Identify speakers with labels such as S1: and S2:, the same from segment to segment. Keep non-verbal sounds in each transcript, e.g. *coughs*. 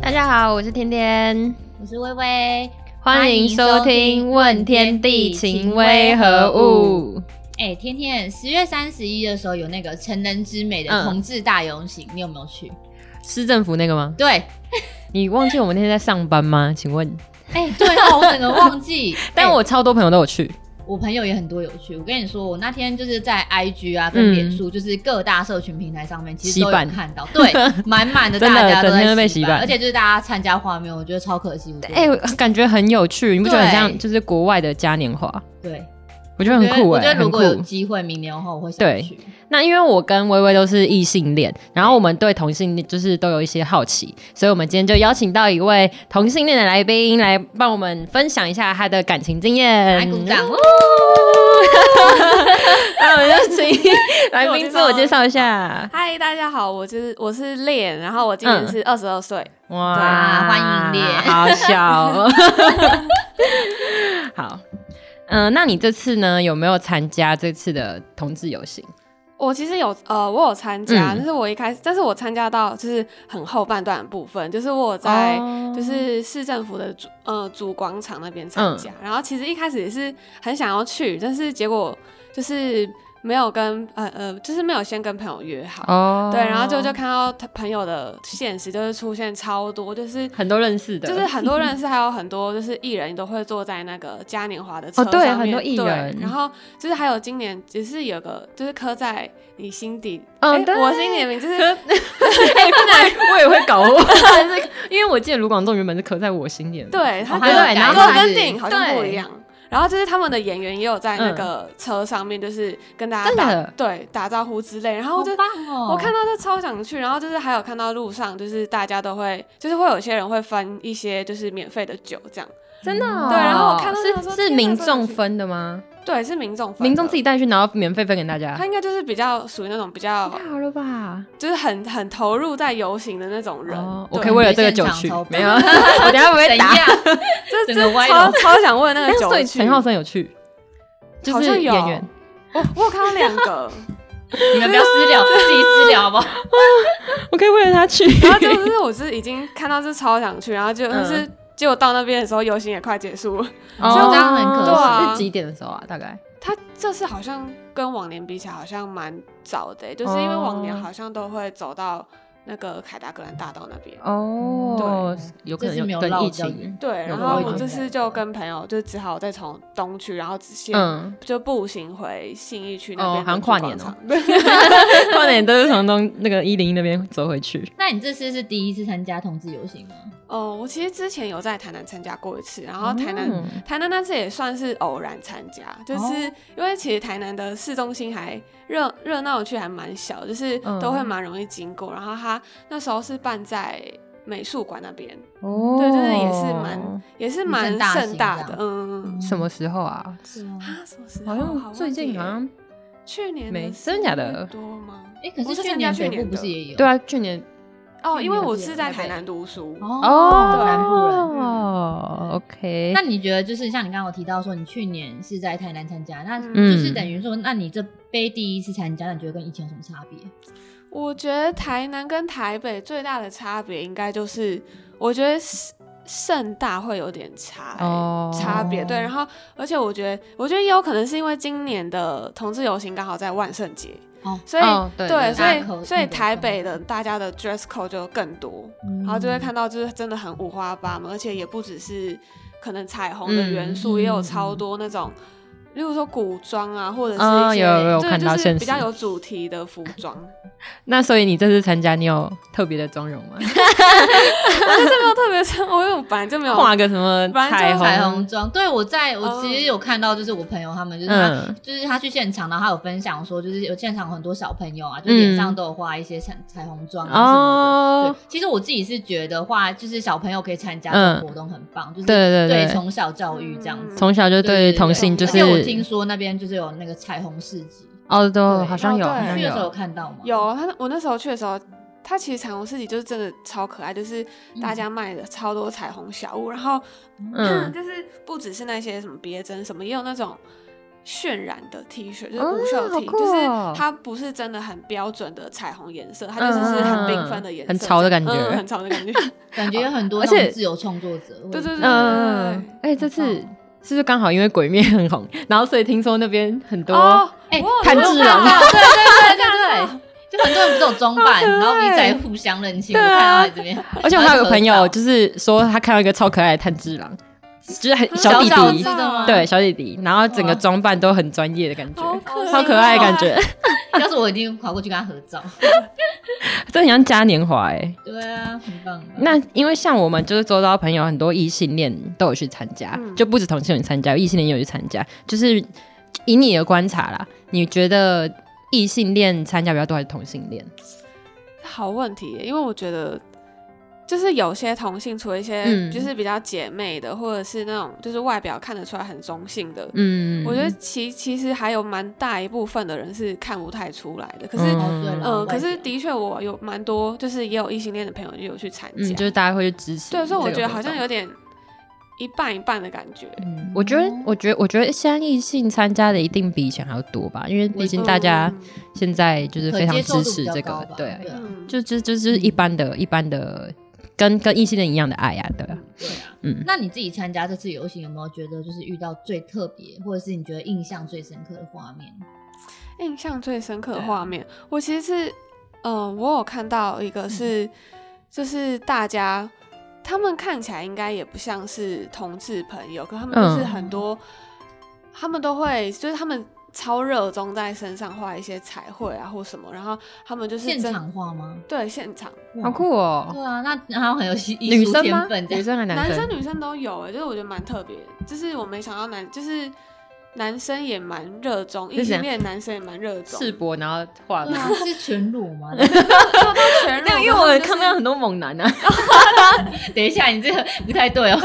S1: 大家好，我是天天，
S2: 我是微微。
S1: 欢迎收听《问天地情为何物》。
S2: 哎、天天，十月三十一的时候有那个成人之美的
S1: 嗯
S2: 同志大游行，你有没有去？
S1: 市政府那个吗？
S2: 对，
S1: 你忘记我们那天在上班吗？请问？。
S2: 哎、对哦，我整个忘记
S1: *laughs* 但
S2: 哎
S1: 我超多朋友都有去，
S2: 我朋友也很多有趣。我跟你说，我那天就是在 IG 啊，跟脸书，就是各大社群平台上面，其实
S1: 嗯
S2: 都
S1: 洗版
S2: 有看到，
S1: *laughs*
S2: 对，满满的
S1: 真的
S2: 大家都
S1: 整天都
S2: 在
S1: 被洗
S2: 洗
S1: 版
S2: 而且就是大家参加画面，我觉得超可惜。我觉得
S1: 哎、感觉很有趣，你不觉得很像
S2: 对
S1: 就是国外的嘉年华？
S2: 对，
S1: 我觉得很酷
S2: 我
S1: 哎、
S2: 觉得
S1: 很
S2: 如果有
S1: 酷。
S2: 机会，明年的话，我会
S1: 对
S2: 想去。
S1: 那因为我跟微微都是异性恋，然后我们对同性恋就是都有一些好奇，所以我们今天就邀请到一位同性恋的来宾来帮我们分享一下他的感情经验。
S2: 来鼓掌！呜
S1: *laughs* 那我们就请来宾自我介绍一下。
S3: 嗨，大家好，我就是我是恋，然后我今年是二十二岁。
S2: 哇欢迎你
S1: 好小、哦。 *laughs* 好，嗯、那你这次呢有没有参加这次的同志游行？
S3: 我其实有呃，我有参加，
S1: 嗯
S3: 但是我一开始，但是我参加到就是很后半段的部分，就是我在、
S1: 哦
S3: 就是市政府的主呃主广场那边参加，然后其实一开始也是很想要去，但是结果就是没有跟呃呃，就是没有先跟朋友约好，
S1: 哦
S3: 对，然后就就看到他朋友的现实，就是出现超多，就是
S1: 很多认识的，
S3: 就是很
S1: *laughs*
S3: 多人是还有很多就是艺人都会坐在那个嘉年华的车
S1: 哦
S3: 上
S1: 对
S3: 面，
S1: 很多艺
S3: 对
S1: 人
S3: 然后就是还有今年只是有个就是刻在你心底，
S1: 嗯
S3: 诶
S1: 对
S3: 我心
S1: *laughs*
S3: 里的名就是
S1: 哎，不然我也会搞混，这个 *laughs* 因为我记得卢广仲原本是刻在我心里的。
S3: 对，他
S2: 哦还
S3: 跟
S2: 有改
S3: 然
S2: 名
S3: 后
S2: 字
S3: 跟电影好像不
S1: 对嗯
S3: 一样。然后就是他们的演员也有在那个车上面，就是跟大家
S1: 真的
S3: 打、
S1: 假的
S3: 对打招呼之类。然后
S2: 好
S3: 我就
S2: 棒哦！
S3: 我看到就超想去，然后就是还有看到路上就是大家都会，就是会有些人会分一些就是免费的酒这样。
S1: 真的哦、
S3: 对然后我看到那个
S1: 是
S3: 说
S1: 是
S3: 天哪
S1: 民
S3: 真
S1: 众
S3: 的是
S1: 分的吗？
S3: 对，是民众分
S1: 民众
S3: 的
S1: 自己带去，然后免费分给大家
S3: 他。应该就是比较属于那种比较，
S1: 太好了吧！
S3: 就是很很投入在游行的那种人。
S1: 哦，
S3: 对
S1: 我可以为了这个酒去
S2: 现场超，棒
S1: 没有，我等一下不
S2: *laughs*
S1: 会
S2: 怎
S1: 打。
S2: 样？
S3: 这
S2: 整个
S3: 这
S2: 歪
S3: 超
S2: 楼
S3: 超想问那
S1: 但
S3: 个
S1: 是 *laughs* 所
S3: 酒
S1: 以
S3: 去。
S1: 陈浩森有去，就
S3: 好
S1: 是
S3: 像有
S1: 演员。
S3: 我我有看到两个，
S2: 你们不要私
S1: *laughs*
S2: 聊，自己私聊好不好？
S1: *laughs* 我可以为了他去。
S3: 然后就是我是已经看到是超想去，然后
S1: 嗯
S3: 就、但是结果到那边的时候游行也快结束了。
S2: 所以我刚刚很可惜
S3: 对啊
S1: 是几点的时候啊？大概
S3: 他这次好像跟往年比起来好像蛮早的欸、就是因为往
S1: 哦
S3: 年好像都会走到那个凯达格兰大道那边。
S1: *laughs* 哦，有可
S2: 这
S1: 能
S2: 是没
S1: 有
S2: 有
S1: 跟
S2: 落
S1: 疫
S2: 掉的
S1: 情，
S3: 对，
S1: 有
S3: 然
S1: 我
S3: 后我
S1: 已经
S3: 这
S2: 看
S3: 次
S2: 到
S3: 就
S2: 了
S3: 跟朋友就只好再从东区，然后直线
S1: 嗯， *laughs*
S3: 就步行回信义区那
S1: 哦
S3: 边、
S1: 好像跨年哦
S3: 哦， *laughs*
S1: 跨年都是从东那个一零一那边走回去。
S2: 那你这次是第一次参加同志游行吗？
S3: 哦，我其实之前有在台南参加过一次，然后台南、
S1: 嗯哦
S3: 台南那次也算是偶然参加，就是因为其实台南的市中心还热热闹的区还蛮小，就是
S1: 嗯
S3: 都会蛮容易经过。然后他那时候是办在美术馆那边，
S1: 哦
S3: 对，就是也是蛮也是蛮
S2: 盛大
S3: 盛大
S2: 型这样，
S3: 的嗯嗯。
S1: 什么时候啊？
S2: 嗯？
S3: 啊，什么时候？
S1: 好
S3: 忘
S1: 像最
S3: 记
S1: 近
S3: 了
S1: 好像
S3: 去年
S1: 没
S3: 的
S1: 真的假的
S3: 四月多吗？
S2: 哎、可
S3: 我
S2: 是
S3: 是
S2: 去
S3: 参加
S2: 年
S3: 去
S2: 北
S3: 年
S2: 部不
S3: 的
S2: 是也有？
S1: 对啊，去年
S3: 哦，因为
S2: 年
S3: 我
S2: 的四
S3: 是
S2: 月
S3: 在
S2: 台
S3: 台
S2: 北
S3: 南读书，
S2: 哦，南部人。
S1: 哦，OK，
S2: 那你觉得就是像你刚刚有提到说，你去年是在台南参加，那
S3: 嗯
S2: 就是等于说，那你这杯第一次参加，那你觉得跟以前有什么差别？
S3: 我觉得台南跟台北最大的差别，应该就是我觉得盛盛大会有点差、欸
S1: 哦
S3: 差别对。然后，而且我觉得，我觉得也有可能是因为今年的同志游行刚好在万圣节，
S2: 哦
S3: 所以、
S1: 哦对
S3: 对，
S1: 有
S3: 所
S2: 大口
S3: 以所
S2: 那
S3: 以
S2: 个
S3: 台北的大家的 dress code 就更多，
S2: 嗯
S3: 然后就
S1: 嗯
S3: 会看到就是真的很五花八门，而且也不只是可能彩虹的元
S2: 嗯
S3: 素，也有超多那种。例如说古装啊，或者是
S1: 哦
S3: 一些、
S1: 有有有看
S3: 对，
S1: 到
S3: 就是
S1: 现
S3: 比较
S1: 实
S3: 有主题的服装。
S1: 那所以你这次参加，你有特别的妆容吗？
S3: 我就是没有特别穿， *laughs* 我有本来就没有
S1: 画个什么
S3: 本来就
S1: 彩虹？
S2: 彩虹妆，对我在我
S3: 哦
S2: 其实有看到，就是我朋友他们，就是他、
S1: 嗯，
S2: 就是他去现场，然后他有分享说，就是有现场有很多小朋友啊，就
S1: 嗯
S2: 脸上都有画一些彩彩虹妆啊什么的。
S1: 哦
S2: 对，其实我自己是觉得画，就是小朋友可以参加这种活动很棒，就
S1: 嗯
S2: 是
S1: 对对对
S2: 从小教育这样
S3: 嗯
S2: 子。
S1: 从小就对同性就
S2: 而且我
S1: 是
S2: 听说那边就是有那个彩虹市集，
S1: 哦，都
S2: 对
S1: 好像有，
S3: 哦
S1: 好
S3: 对
S1: 像
S2: 去的时候有
S1: 有，
S2: 看到吗？
S3: 有他，我那时候去的时候，他其实彩虹市集就是真的超可爱，就是大家卖的超多彩虹小物，然后、
S1: 嗯
S3: 就是不只是那些什么别针什么，也有那种。渲染的 T 恤，就是无袖
S1: 哦好
S3: T，、
S1: 酷
S3: 就是
S1: 哦嗯
S3: 它不是真的很标准的彩虹颜色，它就是是很缤纷的颜色，
S1: 很潮的感觉
S3: 嗯很潮
S1: *laughs*
S3: 的感觉。
S2: 感觉有很多
S1: 而
S2: 那
S1: 且
S2: 种自由创作者，
S3: 对对对
S1: 嗯，而且这次是不是刚好因为《鬼灭》很红，然后所以听说那边很多
S3: 哦，
S2: 哎
S3: 哇
S1: 炭治
S2: 对
S1: 郎
S2: 对
S3: 啊
S2: 对对
S1: *laughs*
S2: 对对。就很多人不是有装扮，然后一直在互相认亲。我
S1: 对
S2: 看
S1: 啊
S2: 到在这边，
S1: 而且我还有个朋
S2: 然
S1: 友，
S2: 后
S1: 就是说他看到一个超可爱的炭治郎，就是
S3: 啊
S1: 很
S2: 合照
S1: 小弟
S2: 小小
S1: 弟
S2: 只，的吗？
S1: 对，小弟弟，然后整个装扮都很专业的感觉，
S3: 好可爱啊
S1: 超可爱的感觉，
S2: 要是我一定跑过去跟他合照。
S1: 这很像嘉年华哎、欸。
S2: 对啊，很棒。很棒
S1: 那因为像我们就是周遭朋友很多异性恋都有去参加，
S3: 嗯
S1: 就不止同性恋参加，异性恋也有去参加。就是以你的观察啦，你觉得异性恋参加比较多还是同性恋？
S3: 好问题耶，因为我觉得就是有些同性，除了一些
S1: 嗯
S3: 就是比较姐妹的，或者是那种就是外表看得出来很中性的，
S1: 嗯，
S3: 我觉得其其实还有蛮大一部分的人是看不太出来的。可是，
S1: 嗯
S2: 哦对了，
S3: 呃，可是
S2: 外表
S3: 的确我有蛮多，就是也有异性恋的朋友也有去参加，
S1: 嗯，就是大家会去支持这
S3: 对，
S1: 个活动。
S3: 所以我觉得好像有点一半一半的感觉。
S1: 嗯，我觉得，我觉得，我觉得现在异性参加的一定比以前还要多吧，因为毕竟嗯大家现在就是非常支持这个，对啊，
S2: 啊
S3: 嗯，
S1: 就就就就是一般的、一般的，跟跟异性恋一样的爱啊，对啊，
S2: 对啊。
S1: 嗯，
S2: 那你自己参加这次游行，有没有觉得就是遇到最特别，或者是你觉得印象最深刻的画面？
S3: 印象最深刻的
S2: 对啊
S3: 画面，我其实是，呃，我有看到一个
S1: 嗯
S3: 是，就是大家他们看起来应该也不像是同志朋友，可他们就是
S1: 嗯
S3: 很多，他们都会就是他们超热衷在身上画一些彩绘啊或什么，然后他们就是
S2: 现
S3: 真
S2: 场画吗？
S3: 对现场，
S1: 好酷哦，
S2: 对啊，那然后很有
S1: *laughs*
S2: 艺
S1: 女
S2: 艺术
S1: 生吗
S2: 天分？
S1: *laughs*
S2: 这
S1: 女
S2: 样。
S1: 生还是
S3: 男
S1: 生
S3: 生？女生都有、欸，就是我觉得蛮特别，就是我没想到男就是。男生也蛮热衷，异
S1: 是怎
S3: 性
S1: 样
S3: 恋男生也蛮热衷，
S1: 赤膊然后画的
S2: 对。啊，是全裸吗？
S3: 全
S1: *laughs* 那
S3: 裸。
S1: 因为
S3: 然后
S1: 我
S3: 就是
S1: 看到很多猛男啊，
S2: 等一下，你这个不太对哦。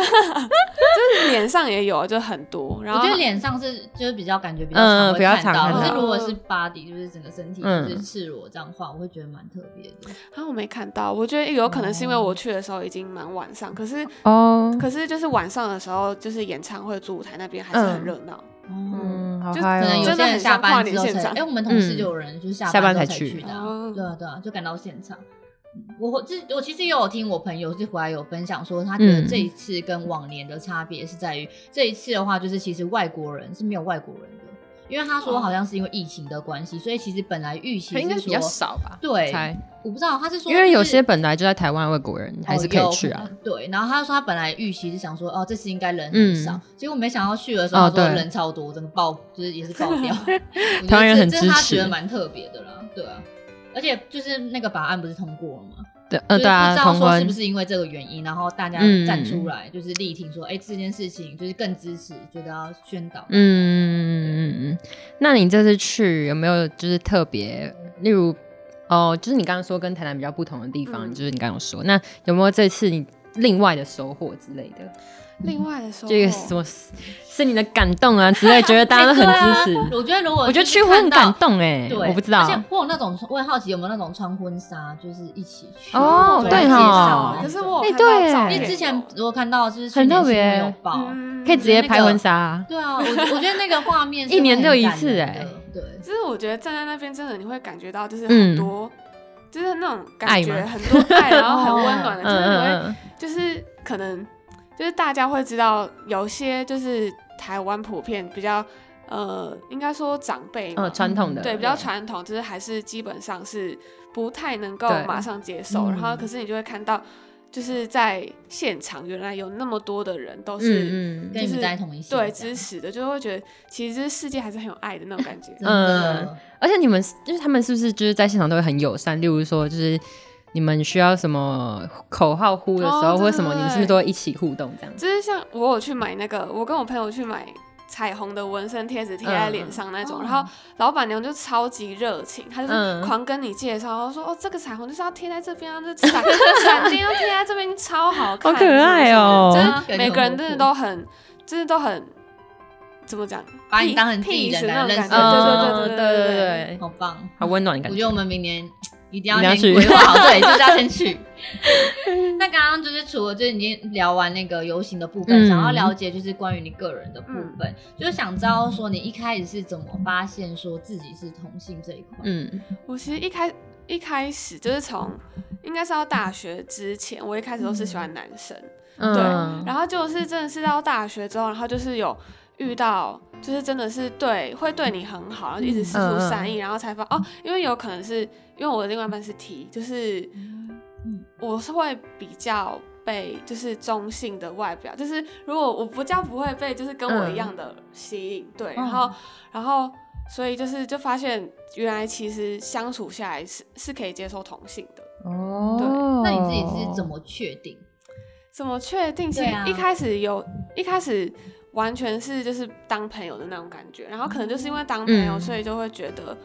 S3: 脸上也有，就很多。然
S2: 我
S3: 后
S2: 觉得脸上是就是比较感觉比较
S1: 嗯
S2: 常
S1: 比较
S2: 会看
S1: 常看
S2: 到，可是
S3: 到
S2: 如果是 body 就是整个身体就
S1: 嗯
S2: 是赤裸这样画，我会觉得蛮特别的。
S3: 啊，我没看到。我觉得有可能是因为
S2: 哦
S3: 我去的时候已经蛮晚上，可是
S1: 哦，
S2: 嗯
S3: 可是就是晚上的时候，就是演唱会主舞台那边还是很热闹。
S2: 哦，
S1: 嗯，好
S3: 就
S1: 嗨
S2: 可能
S1: 哦
S2: 有
S3: 真
S2: 些
S3: 的
S2: 人
S3: 很
S2: 下
S3: 像跨
S2: 班
S3: 年
S2: 之后才
S3: 现，场
S2: 哎，我们同事
S1: 嗯
S2: 就有人就是
S1: 下班
S2: 之后
S1: 才
S2: 才
S1: 去
S2: 的啊，
S3: 哦
S2: 对啊对啊，就赶到现场。嗯我这我其实也有听我朋友是回来有分享说，他觉得
S1: 嗯
S2: 这一次跟往年的差别是在于，这一次的话就是其实外国人是没有外国人的，因为他说好像是因为疫情的关系，所以其实本来预期
S1: 应该
S2: 是
S1: 比较
S2: 说，
S1: 少吧？
S2: 对
S1: 才
S2: 我不知道他是说
S1: 因为有
S2: 就是
S1: 些本来就在台湾的外国人还是可以去啊
S2: 哦。。有对，然后他说他本来预期是想说，哦，这次应该人很少，
S1: 嗯
S2: 结果没想到去的时候，
S1: 哦
S2: 他说
S1: 对
S2: 人超多，整个爆，就是也是
S1: *laughs*
S2: 爆掉。我觉得
S1: 台湾人
S2: 这
S1: 很
S2: 这
S1: 支
S2: 他
S1: 持
S2: 觉得蛮特别的啦，对啊。而且就是那个法案不是通过了吗？
S1: 对，呃，
S2: 就
S1: 对
S2: 是
S1: 啊，
S2: 不知
S1: 同
S2: 道说是
S1: 婚
S2: 不是因为这个原因，然后大家
S1: 嗯
S2: 站出来就是力挺说，哎、这件事情就是更支持，觉得要宣导。
S1: 嗯嗯嗯嗯嗯。那你这次去有没有就是特别，例如哦，就是你刚刚说跟台南比较不同的地方，
S3: 嗯
S1: 就是你刚刚有说，那有没有这次你另外的收获之类的？
S3: 另外的时候，
S1: 这个什么是你的感动啊之类，觉得大家都很支
S3: *laughs*
S1: 持。
S2: 哎对啊我觉得如果
S1: 我觉得
S2: 就是
S1: 去会很
S2: 看到
S1: 感动哎、
S2: 对，
S1: 我不知
S2: 而且
S1: 道。
S2: 我有那种，我很好奇有没有那种穿婚纱，就是一起去
S1: 哦
S2: 做
S1: 对
S2: 介
S1: 哈
S2: 绍啊的那
S3: 可
S2: 种
S3: 是我
S1: 哎
S3: 有看到
S1: 对
S2: 因
S3: 照片哦
S2: 为之前我看到就是去
S1: 很
S2: 年
S1: 特别
S2: 新闻有报，
S3: 嗯
S1: 哦可以直接拍婚纱、啊，
S2: 对啊，我我觉得那个画面是
S1: 一年
S2: 会
S1: 就
S2: 很
S1: 一
S2: 感
S1: 次
S2: 人
S1: 哎
S2: 的，对。
S3: 就是我觉得站在那边，真的你会感觉到，就是
S1: 嗯
S3: 很多，就是那种感
S1: 爱
S3: 觉
S1: 吗
S3: 很多爱，然后很温暖
S1: *laughs*
S3: 的，
S1: 嗯
S3: 就是你会，
S1: 嗯
S3: 就是可能，就是大家会知道，有些就是台湾普遍比较，呃，应该说长辈
S1: 嗯，
S3: 嘛
S1: 嗯，传统的
S3: 对，比较传统，就是还是基本上是不太能够
S1: 对
S3: 马上接受。
S1: 嗯
S3: 然后，可是你就会看到，就是在现场原来有那么多的人都是、
S1: 嗯
S2: 跟你们在同一线
S3: 对
S2: 这样
S3: 支持的，就会觉得其实这世界还是很有爱的那种感觉。
S2: 真的
S1: 而且你们是就是他们是不是就是在现场都会很友善？例如说，就是你们需要什么口号呼的时候，
S3: 哦
S1: 或者什么，
S3: 对
S1: 你
S3: 对
S1: 们是不是都会一起互动这样子？
S3: 就是像我有去买那个，我跟我朋友去买。彩虹的纹身贴纸贴在脸上那种，
S2: 嗯
S3: 然后老板娘就超级热情，她就是
S1: 嗯
S3: 狂跟你介绍，然后说哦，这个彩虹就是要贴在这边啊，这闪闪电要贴在这边，超好看，
S1: 好可爱哦
S3: 就是
S2: 感觉
S3: 每个人
S2: 很
S3: 真的
S2: 酷
S3: 都很，真的都很怎么讲，
S2: 把你当成自己
S3: peace
S2: 人来啊
S3: 那种
S2: 认
S3: 感
S2: 识
S3: 觉，
S2: 嗯
S3: 对对对
S1: 哦对
S3: 对对
S1: 对
S3: 对对。
S1: 对
S2: 好棒。
S1: 哎好温暖的
S2: 我
S1: 感
S2: 觉
S1: 觉。
S2: 得我们明年一定要
S1: 一定要
S2: 先
S1: 去
S2: 规划
S1: *laughs*
S2: 好，对，就是要先
S3: *laughs*
S2: 去。那刚刚就是除了就是已经聊完那个游行的部分，
S1: 嗯
S2: 想要了解就是关于你个人的部
S3: 嗯
S2: 分，就是想知道说你一开始是怎么发现说自己是同性这一块。
S1: 嗯
S3: 我其实一开一开始就是从，应该是到大学之前，我一开始都是喜欢男生，
S1: 嗯，
S3: 然后就是真的是到大学之后，然后就是有遇到，就是真的是对会对你很好，然后就一直施出善意，然后才发哦，因为有可能是因为我的另外一半是 T，就是我是会比较。被就是中性的外表，就是如果我不叫不会被就是跟我一样的吸引，对，然后然后所以就是就发现原来其实相处下来是是可以接受同性的，
S1: 哦
S2: 那你自己是怎？么确定？
S3: 怎么确定？其实
S2: 对啊
S3: 一开始有，一开始完全是就是当朋友的那种感觉，然后可能就是因为当朋友，
S1: 嗯
S3: 所以就会觉得，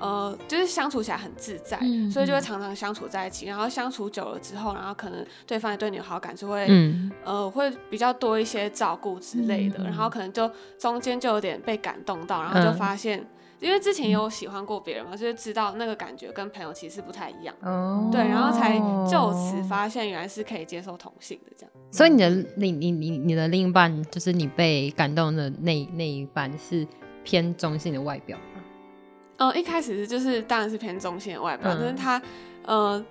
S3: 呃，就是相处起来很自在，
S2: 嗯
S3: 所以就会常常相处在一起。然后相处久了之后，然后可能对方也对你有好感，就会、
S1: 嗯
S3: 呃会比较多一些照顾之类的。
S2: 嗯嗯
S3: 然后可能就中间就有点被感动到，然后就
S1: 嗯
S3: 发现，因为之前有喜欢过别人嘛，就是知道那个感觉跟朋友其实不太一样。
S1: 哦
S3: 对，然后才就此。发现原来是可以接受同性的这样。
S1: 所以你的你你你你的另一半，就是你被感动的那那一半，是偏中性的外表吗。
S3: 呃，一开始是就是当然是偏中性的外表，
S1: 嗯
S3: 但是他呃，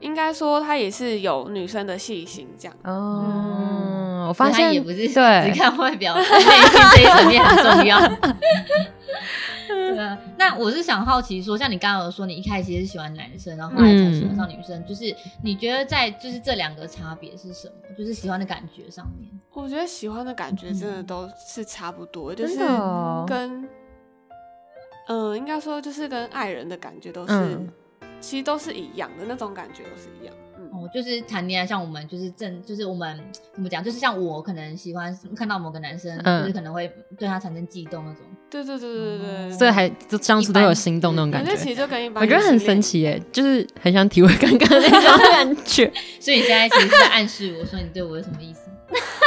S3: 应该说他也是有女生的细心这样。
S1: 哦，我
S2: 所
S1: 发
S2: 以
S1: 现
S2: 他也不是
S1: 对
S2: 只看外表，内心这一层面很重要。
S1: *laughs*
S2: 对啊，那我是想好奇说，像你刚刚有说你一开始也是喜欢男生，然后后来才喜欢
S1: 嗯
S2: 上女生，就是你觉得在就是这两个差别是什么？就是喜欢的感觉上面，
S3: 我觉得喜欢的感觉真的都是差不多，就
S1: 嗯
S3: 是
S1: 真的哦
S3: 跟嗯、呃应该说就是跟爱人的感觉都是，
S1: 嗯
S3: 其实都是一样的那种感觉都是一样。嗯，
S2: 哦，就是谈恋爱，像我们就是正，就是我们怎么讲，就是像我可能喜欢看到某个男生，
S1: 嗯
S2: 就是可能会对他产生悸动那种。
S3: 对对对对对对，
S1: 所以哦还就相处都有心动那种
S2: 一
S3: 我
S1: 感
S3: 觉得其
S1: 觉。
S3: 实就跟一般
S1: 我觉得很
S3: 异性恋
S1: 神奇耶，就是很想体会刚刚那种感
S3: *laughs*
S1: 觉。
S2: 所以你现在其实是在暗示我说你对我有什么意思？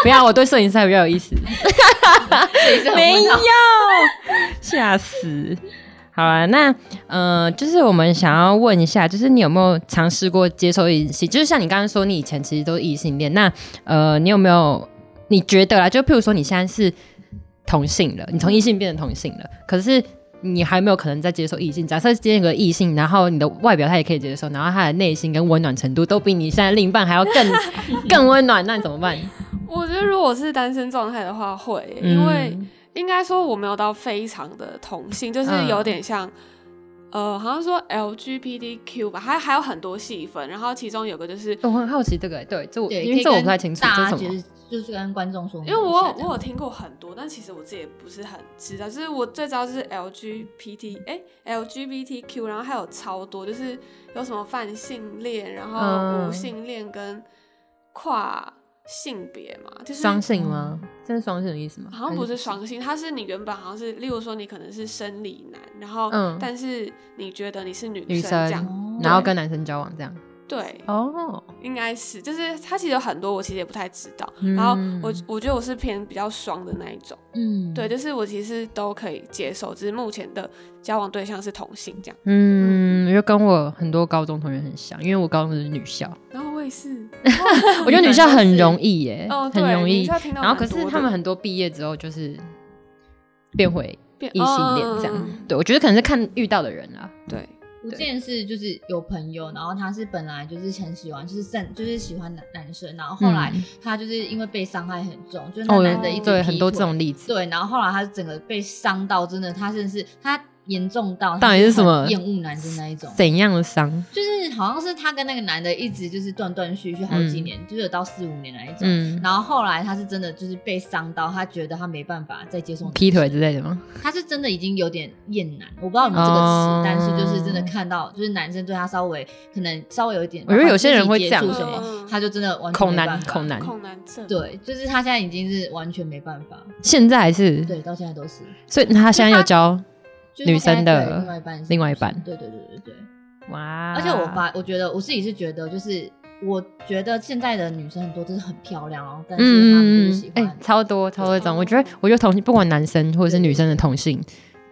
S1: 不要，我对摄影师还比较有意思。
S2: 所 *laughs* 以是很问号，
S1: *laughs* 吓死！好啊，那呃，就是我们想要问一下，就是你有没有尝试过接受异性？就是像你刚刚说，你以前其实都是异性恋，那呃，你有没有？你觉得啦，就譬如说你现在是同性了，你从异性变成同性了，可是你还没有可能再接受异性。假设接有个异性，然后你的外表他也可以接受，然后他的内心跟温暖程度都比你现在另一半还要
S2: *laughs*
S1: 更更温暖，那你怎么办？
S3: 我觉得如果是单身状态的话，会耶，因为
S1: 嗯
S3: 应该说我没有到非常的同性，就是
S1: 嗯
S3: 有点像，呃，好像说 LGBTQ 吧，还还有很多细分，然后其中有个就是，
S1: 我很好奇这个，对，这我
S2: 对，
S1: 因
S2: 可
S1: 为
S2: 以
S1: 这我
S2: 跟
S1: 不太清楚，这
S2: 大
S1: 是
S2: 家
S1: 什
S2: 就
S1: 么？
S2: 是就是跟观众说明一
S3: 因
S2: 下
S3: 为
S2: 这样，
S3: 我有我有听过很多，但其实我自己也不是很知道，就是我最知道是 LGBT，哎、LGBTQ，然后还有超多，就是有什么泛性恋，然后
S1: 嗯
S3: 无性恋跟跨性别嘛，就是
S1: 嗯双性吗？这是双性的意思吗？
S3: 好像
S1: 还
S3: 不是双性，它是你原本好像是，例如说你可能是生理男，然后、
S1: 嗯
S3: 但是你觉得你是女
S1: 女
S3: 生
S1: 生
S3: 这样，
S2: 哦，
S1: 然后跟男生交往这样。
S3: 对，
S1: 哦，
S3: 应该是，就是它其实有很多我其实也不太知道，
S1: 嗯
S3: 然后我我觉得我是偏比较双的那一种，
S2: 嗯，
S3: 对，就是我其实都可以接受，只是目前的交往对象是同性这样，
S1: 嗯，就跟我很多高中同学很像，因为我高中是女校，
S3: 然哦后我也是，
S1: 我觉得女校很容易耶，
S3: 哦，对
S1: 很容
S3: 你
S1: 易
S3: 需。要听到
S1: 然后可
S3: 蛮多
S1: 是
S3: 的
S1: 他们很多毕业之后就是变回
S3: 变
S1: 异性恋这样。
S3: 嗯嗯嗯嗯嗯
S1: 对，我觉得可能是看遇到的人啊啦。
S3: 对，
S2: 我之
S3: 对
S2: 前是就是有朋友，然后他是本来就是很喜欢，就是甚就是喜欢男男生，然后后来
S1: 嗯
S2: 他就是因为被伤害很重，就是那
S1: 哦
S2: 男的一直、
S1: 对，很多这种例子。
S2: 对，然后后来他整个被伤到，真的他真的是他严重到
S1: 到底是什么
S2: 他很厌恶男生那一种，
S1: 怎样的伤？
S2: 就是好像是他跟那个男的一直就是断断续续好几年，就是有到四五年那一种。
S1: 嗯，
S2: 然后后来他是真的就是被伤到，他觉得他没办法再接受男
S1: 劈
S2: 生
S1: 腿之类的吗？
S2: 他是真的已经有点厌男，我不知道有没有这个词，
S1: 哦
S2: 但是就是真的看到，就是男生对他稍微可能稍微有一点，
S1: 我觉得有些人会这样
S2: 肢体接触什么
S1: 哦
S3: 嗯，
S2: 他就真的完全
S1: 恐
S2: 没办
S1: 男，
S2: 法
S1: 恐男，
S3: 恐男症，
S2: 对，就是他现在已经是完全没办法，
S1: 现在还是，
S2: 对，到现在都是。
S1: 所以他现在又交
S2: 就是
S1: 女生的
S2: 他现在对另外一半是，
S1: 另外一半啊
S2: 对对对对对。
S1: 哇！
S2: 而且我发，我觉得我自己是觉得，就是我觉得现在的女生很多真的很漂亮，然后但是她们就是喜
S1: 哎、
S2: 欢，
S1: 超多超多种，
S3: 对
S1: 我觉得我觉得同性不管男生或者是女生的同性，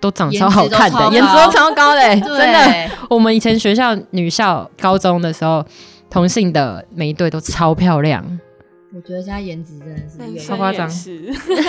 S1: 都长
S2: 颜
S1: 超好
S2: 值都
S1: 看
S2: 超
S1: 的，颜值
S2: 高
S1: 都超高的、欸，真的。
S2: 对，
S1: 我们以前学校女校高中的时候，同性的每一对都超漂亮。
S2: 我觉得现在颜值真的是越来
S3: 男
S2: 越
S1: 超
S3: 生
S1: 夸
S3: 也
S1: 张
S3: 是
S1: 对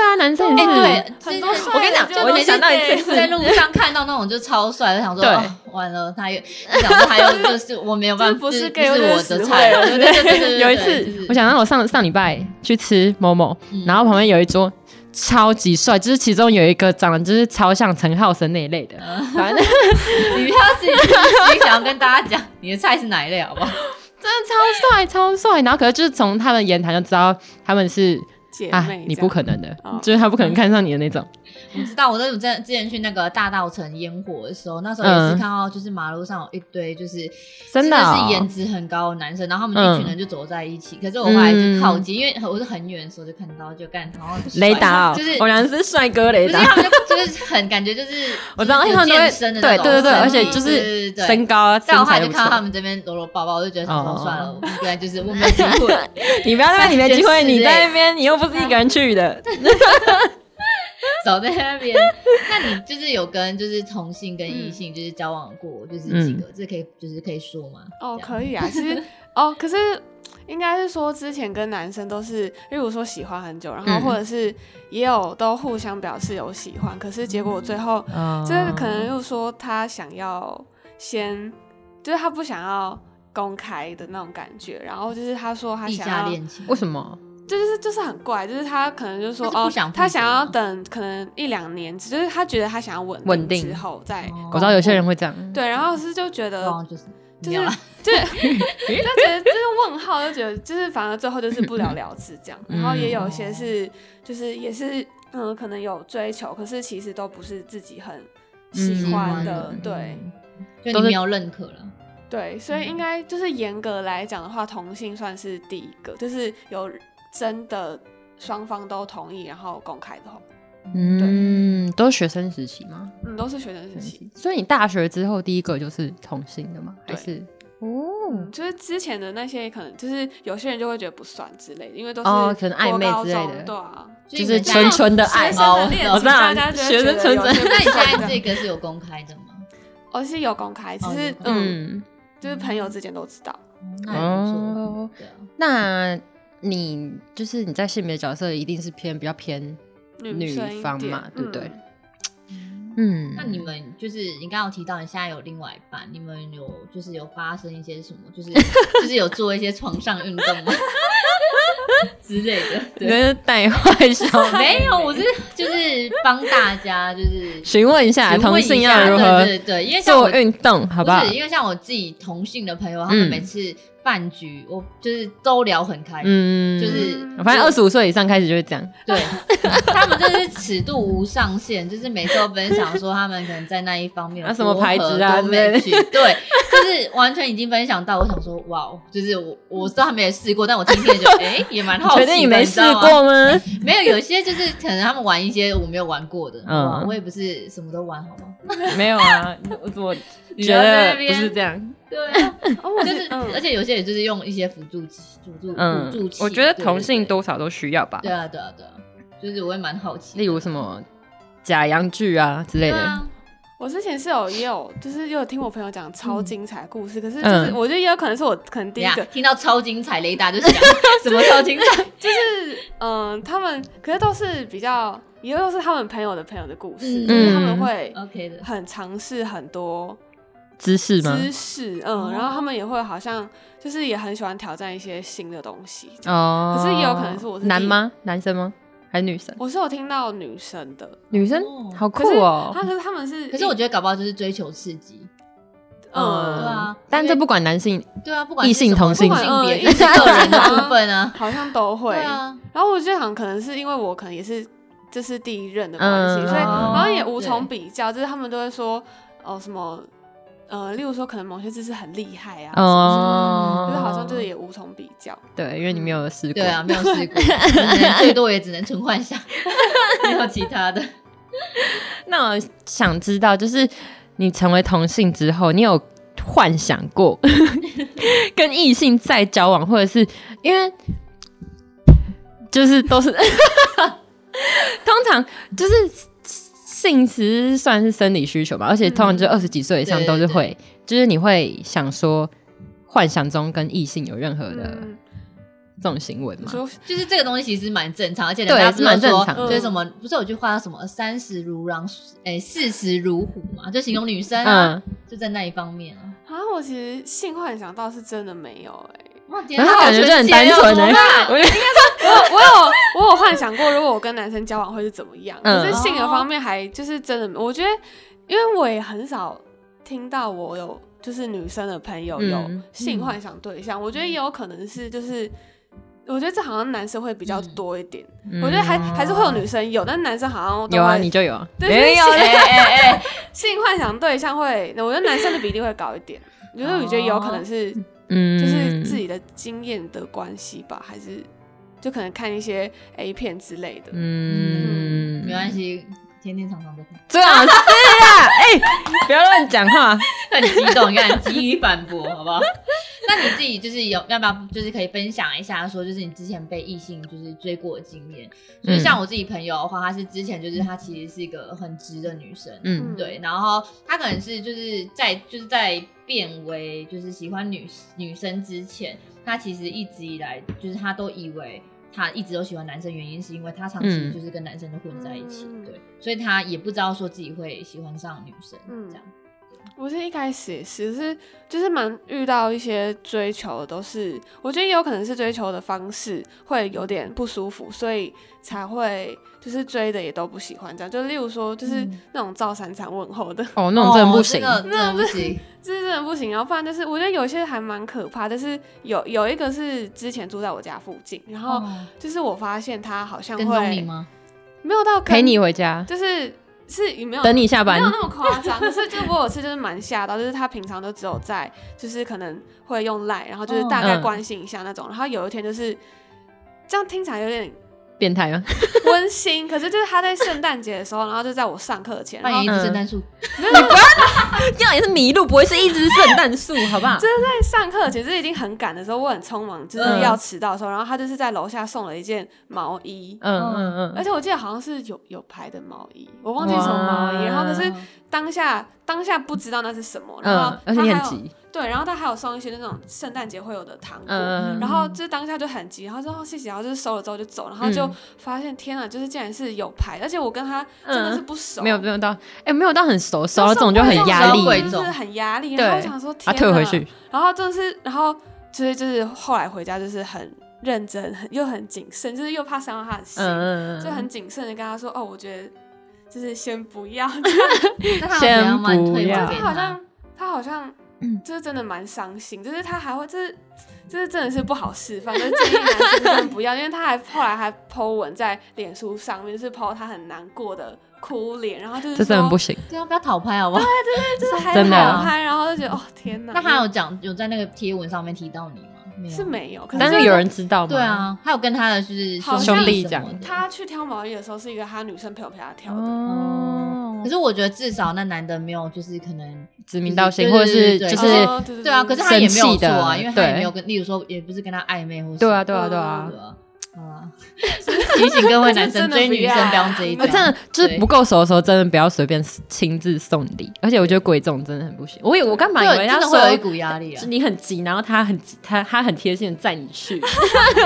S1: 啊，男生也
S2: 哎、
S1: 是。
S2: 对，
S3: 很
S2: 真
S3: 多
S2: 的
S3: 帅
S2: 我
S3: 的
S2: 跟你讲，
S3: 就
S2: 我
S3: 都
S2: 每
S3: 是
S2: 次在
S3: 这样
S2: 在路上看到那种就超帅的，想说
S1: 对
S2: 哦完了，他又想说他又就是我没有办法，
S3: 这不
S2: 就是是
S3: gay
S2: 不
S3: 就是
S2: 我
S3: 死
S2: 的
S3: 灰
S2: 菜。
S3: 了
S2: 对对对对对，
S1: 有一
S2: 对
S1: 次，我，想到我上上礼拜去吃某某，然后旁边有一桌超级帅，就是其中有一个长得就是超像陈浩森那一类的，反正
S2: 就是你不要自己自己想要跟大家讲你的菜是哪一类，好不好？ *laughs*
S1: 真的超帅超帅。然后可是就是从他们言谈就知道他们是
S3: 姐
S1: 啊
S3: 妹，，
S1: 你不可。能的
S3: 哦，
S1: 就是他不可能看上你的那种。
S2: 你知道，我都有在之前去那个大道城烟火的时候，那时候也是
S1: 嗯
S2: 看到，就是马路上有一堆就是
S1: 真的哦
S2: 是颜值很高的男生，然后他们就一群人就走在一起。可是我后来就靠近，因为我是很远的时候就看到，就干，然后
S1: 雷达哦，
S2: 就是
S1: 我俩是帅哥雷
S2: 不
S1: 达。
S2: 是他们就就是很感觉就是，
S1: *laughs* 我知道，而且
S2: 就是
S1: 他
S2: 有
S1: 们都会
S2: 健身的
S1: 对
S2: 那种
S1: 对对对，
S2: 身
S1: 而且
S2: 体
S1: 就
S2: 对对
S1: 是
S2: 对
S1: 身高啊
S2: 但我
S1: 身
S2: 后来
S1: 材
S2: 就
S1: 不
S2: 看到他
S1: 错。
S2: 们这边搂搂抱抱，我就觉得想
S1: 哦
S2: 说算了，我们不然就是我没有机会。
S1: *laughs* 你不要在那边，你没机会，
S2: 健身
S1: 你
S2: 之类
S1: 在那边，你又不是一个人去的。
S2: 走在那边。那你就是有跟就是同性跟异
S1: 嗯
S2: 性就是交往过，就是几个，这可以就是可以说吗？这
S3: 哦，
S2: 样
S3: 可以啊，
S2: *laughs*
S3: 其实哦，可是应该是说之前跟男生都是，例如说喜欢很久，然
S1: 嗯
S3: 后或者是也有都互相表示有喜欢，可是结果最后
S2: 哦
S1: 哦
S3: 就是可能又说他想要先，就是他不想要公开的那种感觉，然后就是他说他
S2: 地
S3: 想
S2: 下
S3: 要，
S2: 恋情
S1: 为。什么？
S3: 就是就是很怪，就是他可能就说
S2: 他是不
S3: 哦
S2: 想，
S3: 他
S2: 负责
S3: 想要
S2: 吗
S3: 等可能一两年，就是他觉得他想要稳
S1: 稳定
S3: 之后再
S2: 哦
S3: 公布，
S1: 我知道有些人会这样，
S3: 对，然后是就觉得
S2: 哦，就是
S3: 就是
S2: 没有啦
S3: *laughs* 就就觉得就是问号，就觉得就是反而最后就是不了了之这样。
S1: 嗯
S3: 然后也有一些是就是也是嗯，可能有追求，可是其实都不是自己很喜欢的，
S1: 嗯
S3: 对，
S2: 就
S1: 都
S2: 你
S1: 是
S2: 没有认可了。
S3: 对，所以应该就是严格来讲的话，同性算是第一个，就是有真的双方都同意，然后公开的话，
S1: 嗯，都是学生时期吗？
S3: 嗯，都是学生时期，
S1: 所以你大学之后第一个就是同性的吗？还
S3: 对
S1: 是
S3: 嗯，就是之前的那些可能就是有些人就会觉得不算之类的，因为都是
S1: 哦可能暧
S3: 国
S1: 昧
S3: 高
S1: 之类
S3: 中
S1: 的
S3: 对啊，
S1: 就是纯纯的爱
S3: 学？
S2: 哦
S3: 生的
S2: 我
S3: 恋
S1: 我
S3: 情，
S1: 知道
S3: 大家就会
S1: 学生
S3: 觉得
S1: 纯
S3: 有
S1: 纯 *laughs*
S3: 些不
S2: 那你现
S3: 算
S2: 在
S3: 的
S2: 这个是有公开的吗？
S3: 我是有公开，只
S2: 哦
S3: 是、
S2: 有公开
S3: 嗯，
S1: 嗯，
S3: 就是朋友之间都知道。
S2: 嗯那也不错。
S1: 哦
S2: 对啊
S1: 那你就是你在性别角色一定是偏比较偏，
S3: 生一
S1: 女方
S3: 点
S1: 嘛对不对
S3: 嗯
S1: 嗯，
S2: 那你们就是你刚刚有提到你现在有另外一半，你们有就是有发生一些什么，就是
S1: *laughs*
S2: 就是有做一些床上运动吗 *laughs* 之类的？
S1: 你
S2: 对。
S1: 这是带坏小
S2: *laughs* 没有，我是就是帮大家就
S1: *laughs*
S2: 是
S1: 询问一下
S2: 询问
S1: 啊同
S2: 一
S1: 性
S2: 下
S1: 要如何
S2: 对对对，因为像我
S1: 做运动，好
S2: 不
S1: 不好？
S2: 是因为像我自己同性的朋友，他们
S1: 嗯
S2: 每次饭局我就是都聊很开，
S1: 嗯，
S2: 就是
S1: 我发现二十五岁以上开始就会这样， *laughs*
S2: 对嗯他们就是尺度无上限，就是每次都分享说他们可能在那一方面有
S1: 啊什么
S2: 多合
S1: 牌子啊之
S2: 多
S1: 类的
S2: match 对，就是完全已经分享到，我想说哇哦，就是我我知道他们也试过，但我听听就哎、也蛮好奇
S1: 确
S2: 的，
S1: 定你没
S2: 知
S1: 试
S2: 道吗
S1: 过吗？
S2: 没有，有些就是可能他们玩一些我没有玩过的，
S1: 嗯
S2: 嗯，我也不是什么都玩，好吗？
S1: 没有啊，我我
S2: 你
S1: 觉
S2: 要在
S1: 得
S2: 那
S1: 不
S2: 边
S1: 是这样。
S2: 对啊，
S3: 哦，
S2: *laughs*
S3: 我
S2: 就是
S3: 嗯
S2: 而且有些也就是用一些辅助器、辅助辅助
S1: 嗯
S2: 器，，
S1: 我觉得
S2: 对
S1: 同性，多少都需要吧
S2: 对，对对啊，对啊，对啊，就是我也蛮好奇的，
S1: 例如什么假洋剧啊之类
S2: 对
S1: 的。
S2: 啊，
S3: 我之前是有也有，就是也有听我朋友讲超精彩的故事，可是就是
S1: 嗯
S3: 我觉得也有可能是我可能第
S2: 等
S3: 一
S2: 一下
S3: 个，
S2: 听到超精彩雷达就想什么超精彩， *laughs*
S3: 就是嗯，他们可是都是比较，也都是他们朋友的朋友的故事，
S2: 嗯
S3: 就是他
S1: 嗯
S3: 们会
S2: OK 的，
S3: 很尝试很多
S1: 姿势吗？哦
S3: 知识，嗯，然后他们也会好像就是也很喜欢挑战一些新的东西。
S1: 哦，
S3: 可是也有可能是我是
S1: 男
S3: 第一
S1: 吗？男生吗？还是女生？
S3: 我是有听到女生的，
S1: 女生
S2: 哦
S1: 好嗯
S3: 可
S1: 酷
S3: 是
S1: 哦
S3: 他。可是他们是一，
S2: 可是我觉得搞不好就是追求刺激，
S3: 嗯，
S2: 对啊
S1: 但
S2: 因
S1: 这
S2: 为
S1: 不管男性，
S2: 对啊，不管是
S1: 异性
S2: 什么
S1: 同性
S2: 不哦管性别，
S3: 不管嗯
S2: 这是个人的部分啊，
S3: 好像都会。
S2: *laughs* 对啊，
S3: 然后我觉得好像可能是因为我可能也是这是第一任的关系，
S1: 嗯
S3: 所以
S1: 哦
S3: 好像也无从比较，就是他们都会说哦、什么呃，例如说可能某些知识很厉害啊，
S2: 嗯
S1: 哦，
S3: 就是好像就是也无从比较。
S1: 对，因为你没有试过。
S2: 对啊，，没有试过，只能最多也只能纯幻 *laughs* 想，没有其他的。
S1: 那我想知道，就是你成为同性之后，你有幻想过 *laughs* 跟异性再交往，或者是因为 *laughs* 就是都是通常就是性其实算是生理需求吧，而且通常
S2: 嗯
S1: 就二十几岁以上都是会，就是你会想说，幻想中跟异性有任何的
S3: 嗯
S1: 这种行为
S3: 你
S1: 嘛？
S3: 说
S2: 就是这个东西其实蛮正常，而且
S1: 对
S2: 人家不
S1: 是蛮
S2: 说
S1: 正常
S3: 的
S2: 就是什么，不是有句话什么“三十如狼，哎，四十如虎”嘛，就形容女
S1: 嗯
S2: 生啊，就在那一方面啊。
S3: 啊，我其实性幻想倒是真的没有哎、
S2: 哇，天啊
S1: 然后
S2: 哪
S1: 啊感觉就很单
S2: 哦
S1: 纯哎、我觉得
S3: 我有我有幻想过，如果我跟男生交往会是怎么样，
S1: 嗯
S3: 可是性格方面还就是真的没，我觉得，因为我也很少听到我有就是女生的朋友有
S1: 嗯
S3: 性幻想对象，我觉得也有可能是就是。我觉得这好像男生会比较多一点，我觉得还还是会有女生有，但男生好像都会
S1: 嗯有啊，你就有啊，
S3: 对
S1: 没有
S3: 就是
S1: 嘞
S2: *laughs* 哎哎哎，
S3: 性幻想对象会，我觉得男生的比例会高一点。我觉得我觉得有可能是
S1: 嗯，
S3: 就是自己的经验的关系吧，还是就可能看一些 A 片之类的。
S1: 嗯，
S2: 没关系，天天常常都看，
S1: 最好是啊， *laughs* 哎、不要乱讲话。 *laughs*
S2: 很激动，你看急于反驳，好不好？那你自己就是有要不要就是可以分享一下，说就是你之前被异性就是追过的经验？
S1: 嗯
S2: 就是像我自己朋友的话，她是之前就是她其实是一个很直的女生，
S1: 嗯
S2: 对，然后他可能是就是在就是在变为就是喜欢女女生之前，他其实一直以来就是他都以为他一直都喜欢男生，原因是因为他长期
S1: 嗯
S2: 就是跟男生都混在一起，
S3: 嗯
S2: 对，所以他也不知道说自己会喜欢上女生，
S3: 嗯
S2: 这样，
S3: 我是一开始也是，是就是蛮遇到一些追求的都是，我觉得也有可能是追求的方式会有点不舒服，所以才会就是追的也都不喜欢这样。就例如说，就是
S2: 嗯
S3: 那种照三餐问候的， *laughs*
S1: 哦，那种真的不行。
S2: 哦真的真的不行，
S3: 这真的不行。啊然后不然就是，我觉得有些还蛮可怕，就是有有一个是之前住在我家附近，然后
S2: 哦，
S3: 就是我发现他好像
S2: 跟踪你
S3: 会
S2: 吗？
S3: 没有到跟
S1: 陪你，回家，
S3: 就是是没有
S1: 等你下班
S3: 啊没有。那么夸张，可是就我有次就是蛮吓到，就是他平常都只有在就是可能会用赖，然后就是大概
S1: 嗯
S3: 关心一下那种，然后有一天就是这样听起来有点
S1: 变态啊吗？
S3: 温馨， *laughs* 可是就是他在圣诞节的时候，然后就在我上课前，然
S2: 扮演
S3: 后
S2: 一只圣诞树，
S1: 这样也是麋鹿，不会是一只圣诞树，好
S3: *laughs*
S1: 不好？
S3: 在上课其实已经很赶的时候，我很匆忙，就是要迟到的时候，然后他就是在楼下送了一件毛衣。
S1: 嗯嗯
S3: 而
S1: 嗯，
S3: 且我记得好像是有有牌的毛衣，我忘记什么毛衣，
S1: 哇
S3: 然后可啊是
S2: 嗯
S3: 当下当下不知道那是什么，然后
S1: 嗯，而且你
S3: 他
S1: 很
S3: 还有
S1: 急，
S3: 对，然后他还有送一些那种圣诞节会有的糖果，
S1: 嗯嗯
S3: 然后就是当下就很急，然后说哦谢谢，然后就是收了之后就走，然后就
S1: 嗯
S3: 发现、天啊，就是竟然是有牌，而且我跟他真的是不熟，
S1: 嗯没有没有到，哎，没有到很熟，熟
S3: 就
S1: 到
S3: 是
S1: 这种就很压
S2: 熟到
S1: 力
S2: 鬼，
S3: 就是很压力，
S1: 对
S3: 然后我想说天
S1: 啊，
S3: 啊，
S1: 退回去，
S3: 然后真的是，然后就是就是后来回家就是很认真，很又很谨慎，就是又怕伤到他的心，
S1: 嗯嗯
S3: 就很
S1: 嗯，
S3: 谨慎的跟他说哦，我觉得就是先不要， *laughs*
S2: 那他有怎样吗
S1: 先
S2: 你
S1: 不
S2: 退
S1: 要
S2: 货
S3: 他
S2: 给
S3: 好
S2: 他
S3: 像，他好像，
S1: 嗯
S3: 就是真的蛮伤心，就是他还会，就是就是真的是不好示范，就是建议男生真的不要，因为他还后来还 po 文在脸书上面，就是 po 他很难过的哭脸，然后就是
S1: 这真的
S3: 说
S1: 不行。
S2: 对啊，不要讨拍好不好？
S3: 就是还
S1: 真的
S3: 好拍，然后就觉得哦天哪，
S2: 那他有讲有在那个贴文上面提到你吗？没有
S3: 是没有，可
S1: 但
S3: 就是
S1: 有人知道吗？
S2: 对，啊，他有跟他的就是
S3: 好像
S2: 兄
S1: 兄弟
S2: 什么
S1: 讲
S2: 的
S3: 他去挑毛衣的时候是一个他女生朋友陪他挑的，
S1: 哦
S2: 可，是我觉得至少那男的没有，就是可能
S1: 指名道姓，
S2: 嗯对
S1: 或者是
S2: 对
S1: 就
S2: 对
S1: 是
S3: 哦对
S2: 对啊，可是他也没有错啊，
S1: 生气的
S2: 因为他也
S1: 对
S2: 没有跟，例如说也不是跟他暧昧或是
S1: 对啊对啊对啊
S2: 什么的啊， *laughs* 提醒各位
S3: *laughs*
S2: 男生
S3: 真的
S2: 追
S3: 不
S2: 女生
S3: 要啊
S2: 不要这一
S1: 我
S2: 招，
S1: 真的就是不够熟的时候，真的不要随便亲自送礼，而且我觉得鬼这种真的很不行。我以我干嘛
S2: 会
S1: 以
S2: 有
S1: 为
S2: 真
S1: 他
S2: 的
S1: 说
S2: 会有一股压力啊
S1: 是。你很急，然后他很急他他很贴心的载你
S2: *laughs*
S1: 去，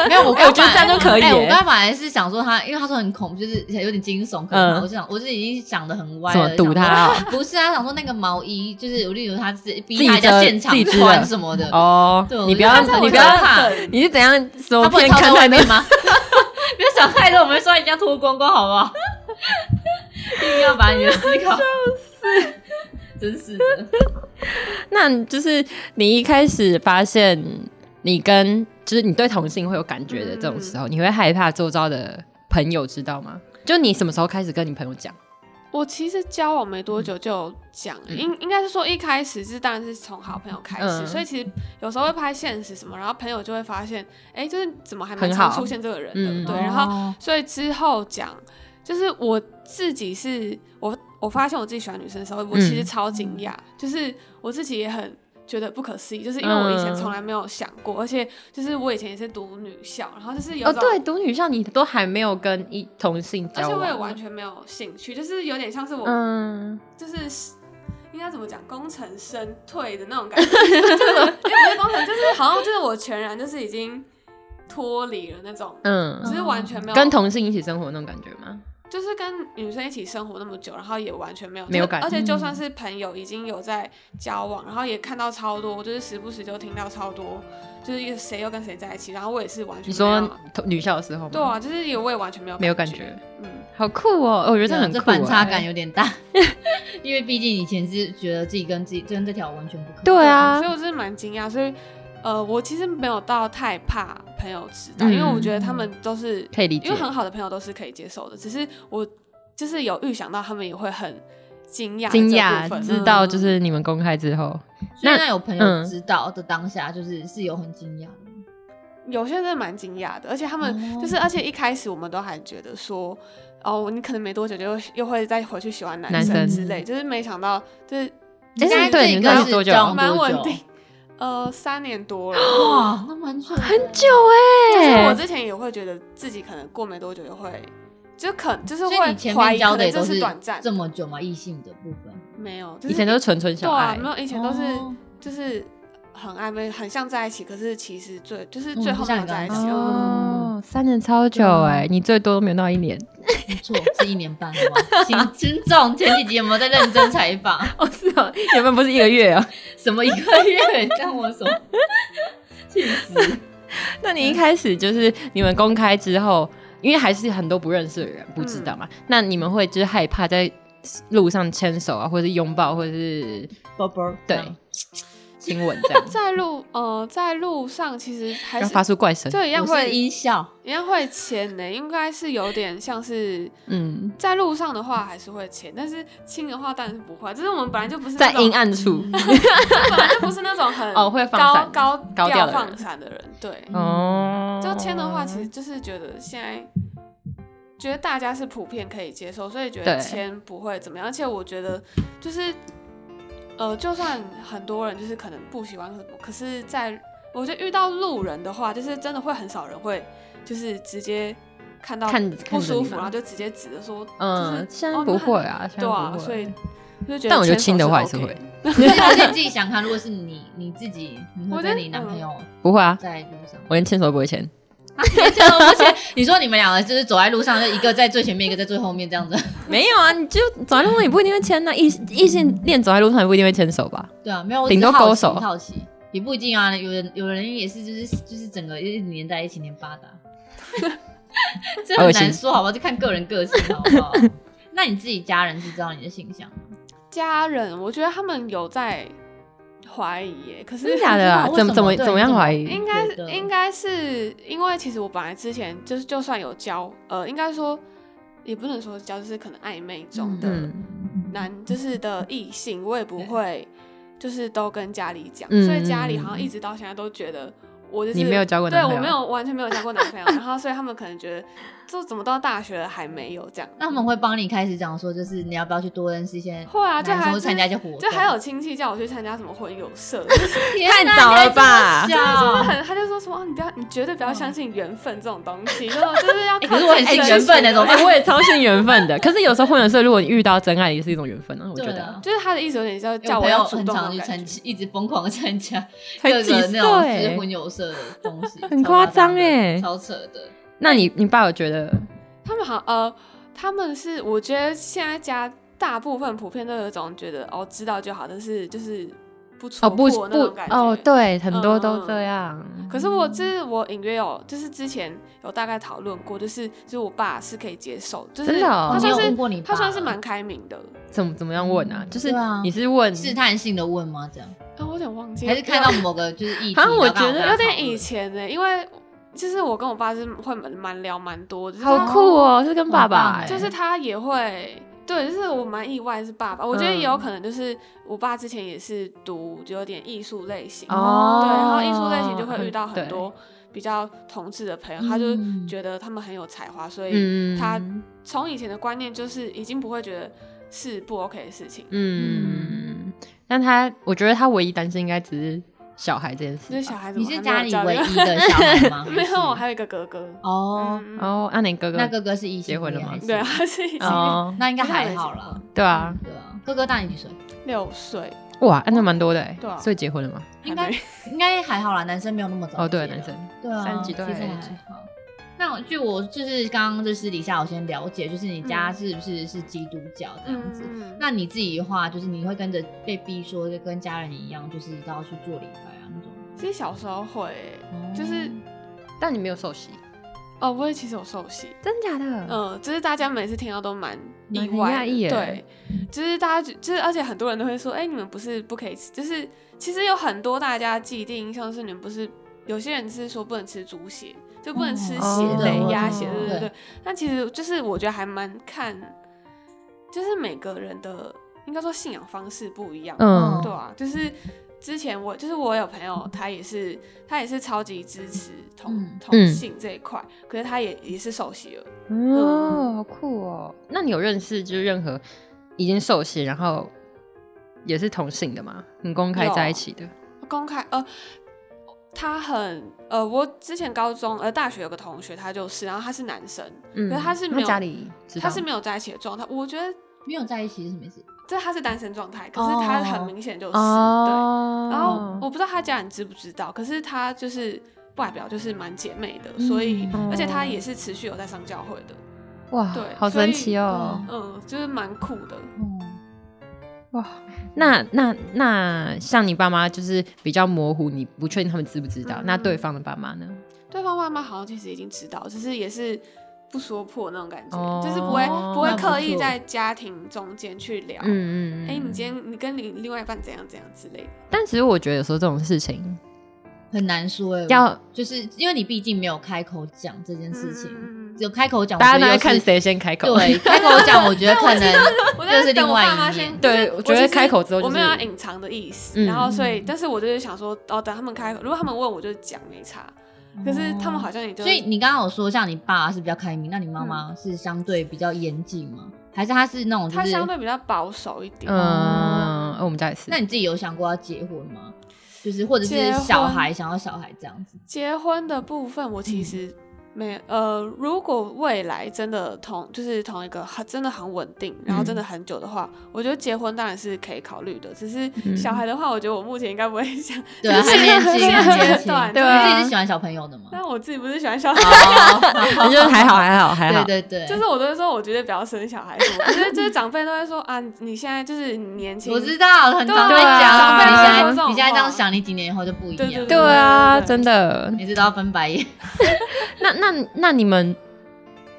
S2: 没有，我
S1: 哎我觉得这样就可以
S2: 哎，我
S1: 耶
S2: 刚才本来是想说他，因为他说很恐怖，就是有点惊悚，可
S1: 嗯
S2: 能我就想，我是已经想的很歪
S1: 怎么
S2: 了，
S1: 堵
S2: 想说
S1: 他哦？
S2: *laughs* 不是啊，想说那个毛衣，就是我例如他是逼
S1: 己
S2: 他在
S1: 折
S2: 现场
S1: 自己织
S2: 穿
S1: 的
S2: 什么的，
S1: 哦
S2: 对，
S1: 你不
S2: 我
S1: 要
S2: 觉得他在
S1: 你不
S2: 我家
S1: 要，
S2: 怕
S1: 你是怎样什么
S2: 他不能
S1: 偏
S2: 套在
S1: 看
S2: 外
S1: 待
S2: 面吗？ *laughs* 不要想太多，我们会说人家脱光光，好不好？ *laughs* 一定要把你的思考， *laughs* 真
S1: *laughs*
S2: 是的。
S1: 那就是你一开始发现你跟就是你对同性会有感觉的
S2: 嗯
S1: 这种时候，你会害怕周遭的朋友知道吗？就你什么时候开始跟你朋友讲？
S3: 我其实交往没
S1: 嗯
S3: 多久就有讲，应应该是说一开始是当然是从好朋友开始，
S1: 嗯
S3: 所以其实有时候会拍现实什么，然后朋友就会发现，哎、就是怎么还蛮
S1: 很
S3: 常
S1: 好
S3: 出现这个人
S1: 嗯
S3: 的，对，然后
S2: 后
S3: 所以之后讲，就是我自己是我我发现我自己喜欢女生的时候，我其实
S1: 嗯
S3: 超惊讶，就是我自己也很觉得不可思议，就是因为我以前
S1: 嗯
S3: 从来没有想过，而且就是我以前也是读女校，然后就是有
S1: 哦，
S3: 种
S1: 对，读女校你都还没有跟一同性
S3: 而
S1: 交
S3: 且
S1: 往，
S3: 我也完全没有兴趣，就是有点像是我、
S1: 嗯，
S3: 就是应该怎么讲，工程生退的那种感觉， *laughs* 就是也不是工程，就是好像就是我全然就是已经脱离了那种，
S1: 嗯
S3: 就是完全没有
S1: 跟同性一起生活那种感觉吗？
S3: 就是跟女生一起生活那么久，然后也完全没有
S1: 没有
S3: 就是
S1: 感嗯
S3: 而且就算是朋友已经有在交往，然后也看到超多，就是时不时就听到超多，就是一个谁又跟谁在一起，然后我也是完全
S1: 你
S3: 没
S1: 说
S3: 有
S1: 同女校的时候吗？
S3: 对啊，就是也我也完全没有
S1: 没有感
S3: 觉，
S1: 觉，
S3: 嗯，
S1: 好酷哦！哦我觉得这很酷、
S2: 啊这
S1: 欸，
S2: 反差感有点大， *laughs* 因为毕竟以前是觉得自己跟自己跟这条完全不可。
S1: 对啊
S3: 所以，我真的蛮惊讶，所以呃，我其实没有到太怕朋友知道，
S1: 嗯
S3: 因为我觉得他们都是
S1: 可以理解
S3: 因为很好的朋友都是可以接受的，只是我就是有预想到他们也会很惊讶
S1: 惊
S3: 这
S1: 讶
S3: 部分，
S1: 知道就
S3: 嗯
S1: 是你们公开之后，
S2: 所以
S1: 那
S2: 那有朋
S1: 嗯
S2: 友知道的当下，就是是有很惊讶的吗。
S3: 有些人真的蛮惊讶的，而且他们
S1: 嗯
S2: 哦
S3: 就是，而且一开始我们都还觉得说，哦，你可能没多久就又又会再回去喜欢男
S1: 男生
S3: 生之类，就是没想到就是
S1: 哎
S2: 那
S1: 对
S2: 这
S1: 你
S2: 个
S1: 们认
S2: 是
S1: 识多久
S2: 交往
S3: 蛮
S2: 多
S3: 稳
S2: 久
S3: 定，呃，三年多
S1: *gasps*
S3: 了。哦
S2: 哇，那蛮久的，很
S1: 久
S3: 就
S1: 哎、
S3: 是我
S1: 欸，
S3: 之前也会觉得自己可能过没多久就会，就可就是
S2: 所以你
S3: 会
S2: 前
S3: 怀
S2: 面
S3: 疑，
S2: 交
S3: 可
S2: 的
S3: 能
S2: 也
S3: 这
S2: 都
S3: 是短暂，
S2: 这么久嘛，异性的部分。
S3: 没有，就是
S1: 以前都是纯纯
S3: 对
S1: 小
S3: 啊，
S1: 爱，
S3: 没有以前都是、
S2: 哦
S3: 就是很暧昧，很像在一起，可是其实最就是
S2: 嗯
S3: 最
S2: 不
S3: 后没
S2: 像
S3: 有
S2: 你刚
S3: 在一
S2: 才
S3: 起。
S2: 讲
S3: 嗯，
S1: 哦，三年超久哎、你最多都没有到一年，
S2: 没错，是一年半好吗？ *laughs* 请尊重前几集有没有在认真采访？
S1: *laughs* 哦是哦，原本不是一个月哦。
S2: 什么一个月跟我说，气死！
S1: 那你一开始就是你们公开之后，因为还是很多不认识的人不知道嘛，那你们会就是害怕在路上牵手啊，或者是拥抱，或者是
S2: 啵啵，
S1: 对亲吻 *laughs* 这样
S3: 在路呃，在路上其实还
S1: 然
S3: 是
S1: 后发出怪声，
S3: 就一样
S2: 我是
S3: 会
S1: *laughs*
S2: 音效，
S3: 一样会牵的、应该是有点像是
S1: 嗯，
S3: 在路上的话还是会牵，但是亲的话当然是不会，啊就是我们本来就不是那
S1: 在
S3: 种
S1: 阴，暗 *laughs* 处，
S3: 本来就不是那种很
S1: 哦会放
S3: 高
S1: 闪
S3: 高
S1: 高调的人
S3: 放闪的人，对，
S1: 哦，
S3: 就签的话，其实就是觉得现在觉得大家是普遍可以接受，所以觉得
S1: 对
S3: 签不会怎么样。而且我觉得就是呃，就算很多人就是可能不喜欢什么，可是在我觉得遇到路人的话，就是真的会很少人会就是直接看到
S1: 看
S3: 不舒
S1: 看着你
S3: 服，
S1: 吗
S3: 然后就直接指着说，
S1: 嗯，
S3: 就是
S1: 现在
S3: 哦
S1: 不会
S3: 那
S1: 啊，
S3: 很
S1: 现在
S3: 对啊，
S1: 不会
S3: 所以。就觉得
S1: 但我觉得
S3: 牵
S1: 亲
S3: 手
S1: 的话还是
S3: OK
S1: 会
S3: 的，
S2: 而且而且你自己想看，如果是你你自己，你
S3: 我
S2: 会
S3: 觉得
S2: 跟你男朋友
S1: 不会啊，
S2: 在路上吗 *laughs*
S1: 我，连牵手都不会牵，
S2: 而且你说你们两个就是走在路上，就一个在最前面，一个在最后面这样子，
S1: 没有啊，你就走在路上也不一定会牵呐、异异性恋走在路上也不一定会牵手吧？
S2: 对啊，没有，我
S1: 顶
S2: 只是
S1: 多勾
S2: 好奇
S1: 手
S2: 好奇也不一定啊。有人有人也是，就是就是整个一直粘在一起，粘巴
S1: *laughs*
S2: 达，这
S1: 好恶
S2: 很
S1: 心
S2: 难说，好不好？就看个人个性，好不好？ *laughs* 那你自己家人是知道你的形象吗？
S3: 家人，我觉得他们有在怀疑耶，可是
S1: 真的假的啊？
S2: 为
S1: 怎么
S2: 什么
S1: 怎么
S2: 对
S1: 怎么样
S2: 怎么
S1: 怀疑？
S3: 应该
S2: 觉得
S3: 应该是因为其实我本来之前就是就算有交，呃，应该说也不能说交，就是可能暧昧中的
S1: 嗯，
S3: 男，就是的异性，我也不会就是都跟家里讲，
S1: 嗯
S3: 所以家里好像一直到现在都觉得我就是
S1: 你没有交过男
S3: 对
S1: 朋友
S3: 我没有完全没有交过男朋友，然后所以他们可能觉得这怎么到大学了还没有这样，
S2: 那他们会帮你开始讲说，就是你要不要去多认识一些
S3: 会啊，就
S2: 男
S3: 还
S2: 生，或参加一些活动，
S3: 就还有亲戚叫我去参加什么婚友
S1: *laughs*
S3: 社，就是
S2: 天
S1: 太
S2: 哪
S1: 早了吧
S2: 你还这么小
S3: 很他就说什么、哦你不要，你绝对不要
S1: 嗯
S3: 相信缘分这种东西，就是就是要
S2: 欸
S3: 靠
S2: 可是我很
S3: 自
S2: 信
S3: 己争
S2: 缘分
S3: 取
S2: 欸怎么办
S1: 哎、我也超信缘分的。可是有时候混人社，如果你遇到真爱，也是一种缘分啊，我觉
S2: 对
S1: 得
S2: 啊。
S3: 就是他的意思有点
S2: 因
S3: 叫
S2: 为
S3: 叫
S2: 我
S3: 我
S2: 朋友
S3: 要主
S2: 很
S3: 动
S2: 常去
S3: 那种
S2: 参
S3: 感觉，，
S2: 一直疯狂地参加
S1: *laughs* 才
S2: 各
S1: 几
S2: 个那种就是
S1: 岁
S2: 婚友社的东西，
S1: *laughs* 很
S2: 超
S1: 夸
S2: 夸张
S1: 张
S2: 的
S1: 欸
S2: 超扯的。
S1: 那你你爸有觉得
S3: 他们好呃，他们是我觉得现在家大部分普遍都有一种觉得哦知道就好，但是就是不戳
S1: 哦不
S3: 破那
S1: 不
S3: 种感觉。
S1: 哦对，很多都
S3: 嗯
S1: 这样。
S3: 可是
S2: 嗯
S3: 我就是我隐约有，就是之前有大概讨论过，就是就是我爸是可以接受，就是
S1: 真的哦
S3: 他
S1: 你
S3: 算
S2: 有
S3: 是
S2: 问过你
S3: 他
S2: 爸
S3: 算是蛮开明的。
S1: 怎么怎么样问啊？就是
S2: 对啊
S1: 你是问
S2: 试探性的问吗？这样
S3: 啊，我有点忘记了，
S2: 还是看到某个就是议题，
S1: 好像我
S2: 然后
S1: 觉得
S2: 刚好
S3: 有
S2: 在讨
S3: 点
S2: 论
S3: 以前呢、因为就是我跟我爸是会蛮蛮聊蛮多，就是
S1: 好
S3: 他
S1: 酷哦，是跟爸
S2: 很
S1: 爸、
S2: 棒
S1: 欸，
S2: 欸
S3: 就是他也会。对，就是我蛮意外是爸爸，我觉得也有
S2: 嗯
S3: 可能就是我爸之前也是读有点艺术类型，
S1: 哦，
S3: 对，然后艺术类型就会遇到很
S1: 对，
S3: 多比较同志的朋友，他就
S2: 嗯
S3: 觉得他们很有才华，所以
S1: 嗯，
S3: 他从以前的观念就是已经不会觉得是不 OK 的事情，
S1: 嗯，但他我觉得他唯一担心应该只是小孩这件事
S3: 就是
S1: 吧。
S3: 小孩子
S2: 你
S3: 我
S2: 是
S3: 还
S2: 家
S3: 没有
S2: 里
S3: 教
S2: 唯
S3: 育？
S2: 一的小孩吗
S3: *laughs* 没有，我还有一个哥哥。
S2: 哦，
S3: 嗯，
S1: 哦，阿、啊、你哥哥
S2: 那哥哥是异性
S1: 结婚了
S2: 恋
S1: 吗
S2: 还是
S3: 对啊，是已经
S1: 哦，
S2: 那应该还好啦。
S1: 对啊，
S2: 对啊，哥哥大你几岁？
S3: 六岁，
S1: 哇，啊那蛮多的哎、
S3: 对啊
S1: 所以结婚了吗？
S2: 应该
S3: 还没
S2: 应该还好啦，男生没有那么早。
S1: 哦，对，男生。
S2: 对啊，
S1: 三级都
S2: 其实
S1: 还
S2: 还好。那我据我就是刚刚就是私底下我先了解，就是你家是不是是基督教这样子？
S3: 嗯嗯
S2: 那你自己的话，就是你会跟着被逼说跟家人一样，就是都要去做礼拜啊那种吗。
S3: 其实小时候会欸，
S2: 哦
S3: 就是
S1: 但你没有受洗，
S3: 哦，我也其实有受洗，
S1: 真假的？
S3: 嗯，就是大家每次听到都蛮
S1: 蛮
S3: 意外
S1: 很讶异
S3: 的，
S1: 耶
S3: 对，就是大家就就是，而且很多人都会说，哎、你们不是不可以吃，就是其实有很多大家既定印象是你们不是，有些人是说不能吃猪血，就不能吃
S1: 哦
S3: 血类、
S1: 哦
S3: 鸭血，
S1: 哦
S3: 对对
S2: 对
S3: 对。但其实就是我觉得还蛮看，就是每个人的应该说信仰方式不一样，
S1: 嗯
S3: 对啊，就是。之前我就是我有朋友，他也是他也是超级支持同
S2: 嗯
S3: 同
S1: 嗯
S3: 性这一块，可是他也也是受洗了，
S1: 哦，好酷哦！那你有认识就是任何已经受洗然后也是同性的吗？你公开在一起的？
S3: 公开呃，他很呃，我之前高中呃大学有个同学，他就是，然后他是男生，
S1: 嗯
S3: 可是他是没有
S1: 家里知道
S3: 他是没有在一起的状态。我觉得
S2: 没有在一起是什么意思？
S3: 这他是单身状态，可是他
S2: 哦
S3: 很明显就是、
S1: 哦
S3: 对。然后哦我不知道他家人知不知道，可是他就是外表就是蛮姐妹的，所以、
S1: 嗯
S3: 而且他也是持续有在上教会的，
S1: 哇
S3: 对，
S1: 好神奇哦！
S2: 所
S3: 嗯，就是蛮酷的。
S2: 嗯，
S1: 哇，那那那像你爸妈就是比较模糊，你不确定他们知不知道？
S3: 嗯
S1: 那对方的爸妈呢？
S3: 对方爸妈好像其实已经知道，只是也是不说破那种感觉，
S1: 哦
S3: 就是不会不会
S2: 那不
S3: 刻意
S2: 错
S3: 在家庭中间去聊，
S1: 嗯嗯嗯。
S3: 哎、你今天你跟你另外一半怎样怎样之类的。
S1: 但其实我觉得有时候这种事情
S2: 很难说哎、
S1: 要
S2: 就是因为你毕竟没有开口讲这件事情，
S3: 嗯嗯嗯
S2: 只有开口讲，
S1: 大家都在
S2: 我觉得又是
S1: 看。谁先开口。
S2: 对，开口讲，我觉得可能
S3: *laughs* 我
S2: 这是
S3: 在等
S2: 另
S3: 我
S2: 外
S3: 爸妈
S2: 一
S3: 先
S2: 面。
S1: 对，我觉
S3: 其
S1: 得
S3: 实
S1: 开口之后就
S3: 我
S1: 是
S3: 没有要隐藏的意
S1: 嗯
S3: 思，然后所以，
S2: 嗯
S3: 但是我就是想说，哦，等他们开口，如果他们问我就讲没差，可是他
S1: 哦
S3: 们好像也就嗯
S2: 所以你刚刚有说，像你爸是比较开明，那你妈妈是相对比较严谨吗？还是她是那种就
S3: 他
S2: 是？
S3: 相对比较保守一点，
S1: 嗯，呃我们家也是。
S2: 那你自己有想过要结婚吗？就是或者是
S3: 结婚
S2: 小孩想要小孩这样子？
S3: 结婚的部分，我其实没、呃，如果未来真的同就是同一个很真的很稳定，然后真的很久的话，我觉得结婚当然是可以考虑的。只是小孩的话，我觉得我目前应该不会想，
S2: 对啊，还年轻，还
S3: *laughs* 现
S2: 年
S3: 阶
S2: 轻。
S3: *laughs* 段
S1: 对
S2: 你
S1: 啊
S2: 自
S3: 哦
S2: 己是喜欢哦小朋友的吗？
S3: 但我自己不是喜欢小孩，
S1: 你就是还好，还好，还好。
S2: 对对对，
S3: *laughs* 啊就是我都会说，我绝对不要生小孩什么。可是就是长辈都会说啊，你现在就是你年轻，
S2: 我知道，很常被
S1: 对啊
S2: 讲。
S1: 长辈都
S2: 你
S1: 说这
S2: 现在
S3: 种
S2: 你现在这样
S3: 话
S2: 想，你几年以后就不一
S3: 对
S2: 样。
S1: 对啊，
S3: 对对对
S1: 真的。
S2: 每次都要翻白眼。
S1: 那那那你们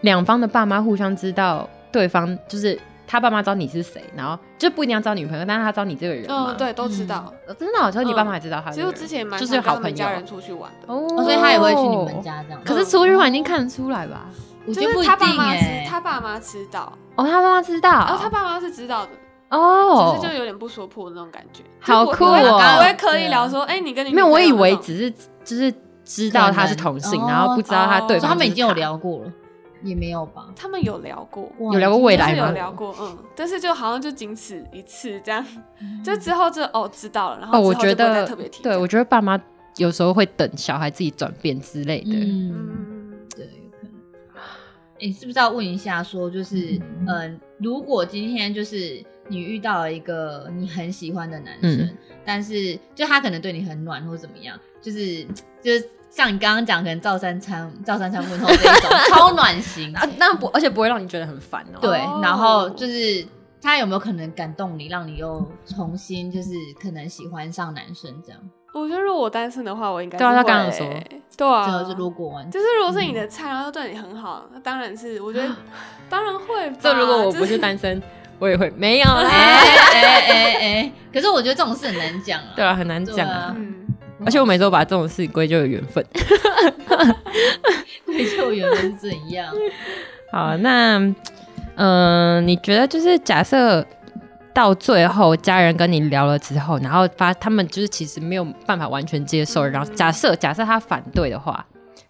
S1: 两方的爸妈互相知道对方，就是他爸妈知道你是谁，然后就不一定要知道女朋友，但是他知道你这个人嘛。
S3: 嗯，对，都知道。
S1: 哦，真的、哦，所以你
S3: 嗯
S1: 爸妈也知道他
S3: 其
S1: 这
S3: 实
S1: 个人。
S3: 我之前也蛮
S1: 就是
S3: 常跟
S1: 好
S3: 他们
S1: 朋友
S3: 家人出去玩的，
S1: 哦
S2: 哦所以他也会去你们。家这样。
S1: 可是出去玩已经看得出来吧？
S2: 我觉
S3: 就
S2: 得不
S3: 是
S2: 一
S3: 他爸
S2: 定
S3: 妈
S2: 哎
S3: 知，他爸妈知道，
S1: 哦，他爸妈知道。
S3: 然后他爸妈是知道的，
S1: 哦，
S3: 只是就有点不说破的那种感觉。
S1: 好
S3: 就不
S1: 酷
S3: 不会
S1: 哦啊
S3: 不会刻意聊说，哎，你跟你女
S1: 没有，我
S3: 朋友
S1: 以为
S3: 那种
S1: 只是就是知道他是同性，
S2: 可能
S1: 然后不知道他对
S2: 所以
S1: 方。
S2: 他们已经有。聊过了，也没有吧？
S3: 他们有聊过。
S2: 哇
S1: 有聊过未
S3: 就
S1: 来
S3: 是
S1: 吗
S3: 有聊过，嗯，但是就好像就仅此一次这样，
S2: 嗯
S3: 就之后就哦知道了，然后
S1: 哦，我
S3: 之后就
S1: 觉
S3: 不会再
S1: 得
S3: 特别提这
S1: 对，
S3: 样，
S1: 我觉得爸妈有时候会等小孩自己转变之类的。
S2: 嗯，
S3: 嗯，
S2: 对，有可能。诶你是不是要问一下，说就是，嗯、如果今天就是你遇到了一个你很喜欢的男生，
S1: 嗯
S2: 但是就他可能对你很暖或怎么样，就是就是像你刚刚讲，可能赵三餐赵三餐问候这一种 *laughs* 超暖型，
S1: 啊，那不，而且不会让你觉得很烦哦。
S2: 对，
S1: *laughs*
S3: 哦
S2: 然后就是他有没有可能感动你，让你又重新就是可能喜欢上男生这样？
S3: 我觉得如果我单身的话，我应该
S1: 对啊
S3: 是
S1: 他刚刚
S3: 会
S1: 有嗯
S3: 欸，对啊，
S2: 就是如果
S3: 就是如果是你的菜，然后又对你很好，那当然是，我觉得当然会
S1: *laughs*
S3: 吧。
S1: 这如果我
S3: 就
S1: 啊不是单身，我也会没有 *laughs*
S2: 哎
S1: 啦。
S2: 哎哎哎，可是我觉得这种事很难讲啊。
S1: 对啊，很难讲啊。
S2: 对啊
S3: 嗯，
S1: 而且我每次都把这种事归咎于缘分。
S2: 愧疚原来是怎样？
S1: 好，那嗯、呃你觉得就是假设到最后家人跟你聊了之后，然后发他们就是其实没有办法完全接受，然后假设假设他反对的话，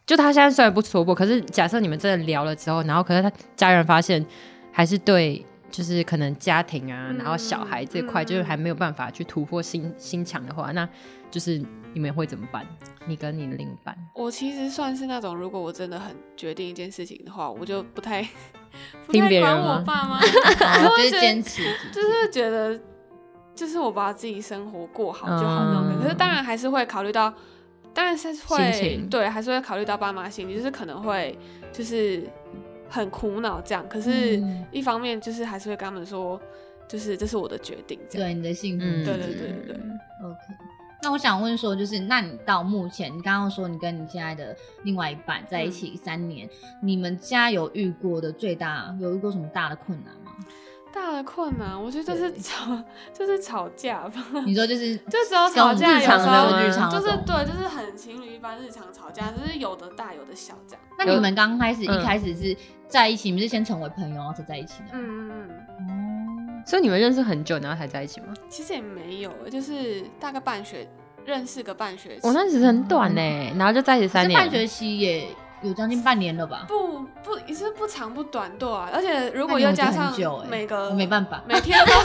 S1: 就他现在虽然不戳破，可是假设你们真的聊了之后，然后可是他家人发现还是对就是可能家庭啊，然后小孩这块，
S3: 嗯嗯
S1: 就是还没有办法去突破心心墙的话，那就是你们会怎么办？你跟你的另一半，
S3: 我其实算是那种，如果我真的很决定一件事情的话，我就不太 *laughs* 不
S1: 听
S3: 太
S1: 别人
S3: 管
S1: 吗
S3: 我
S1: *laughs*
S3: 爸妈，
S2: 哦就是
S3: 觉得
S2: 坚持自己，
S3: 就是觉得就是我把自己生活过好就好
S1: 嗯
S3: 那种感觉。可是当然还是会考虑到，当然是
S1: 心
S3: 会
S1: 情
S3: 对，还是会考虑到爸妈心情，就是可能会就是很苦恼这样。可是
S2: 嗯
S3: 一方面就是还是会跟他们说，就是这是我的决定这样。
S2: 对你的幸福，
S1: 嗯，
S3: 对对对对对
S2: OK，那我想问说，就是那你到目前，你刚刚说你跟你现在的另外一半在
S3: 嗯
S2: 一起三年，你们家有遇过的最大有遇过什么大的困难
S3: *laughs*
S2: 吗？
S3: 大的困难，我觉得就是吵， *laughs* 就是吵架吧。
S2: 你说就是
S3: 这时候吵架
S2: 这种日常
S1: 有时
S2: 的
S1: 候
S2: 日常的
S3: 就是
S2: 这种
S3: 对，就是很情侣一般日常吵架，就是有的大有的小这样。
S2: 那
S1: 有
S2: 你们刚开始
S1: 嗯
S2: 一开始是在一起，你们是先成为朋友，然后才在一起的吗。
S3: 嗯嗯嗯，
S2: 哦，
S1: 所以你们认识很久，然后才在一起吗？
S3: 其实也没有，就是大概半学认识个半学期。
S1: 我、那其实很短呢、然后就在一起三
S2: 这
S1: 年，
S2: 半
S1: *laughs*
S2: 学期也有将近半年了吧？
S3: 不不也是不长不短，对啊。而且如
S2: 如
S3: 果又加上
S2: 久欸
S3: 每个
S2: 我没办法，
S3: 每天都是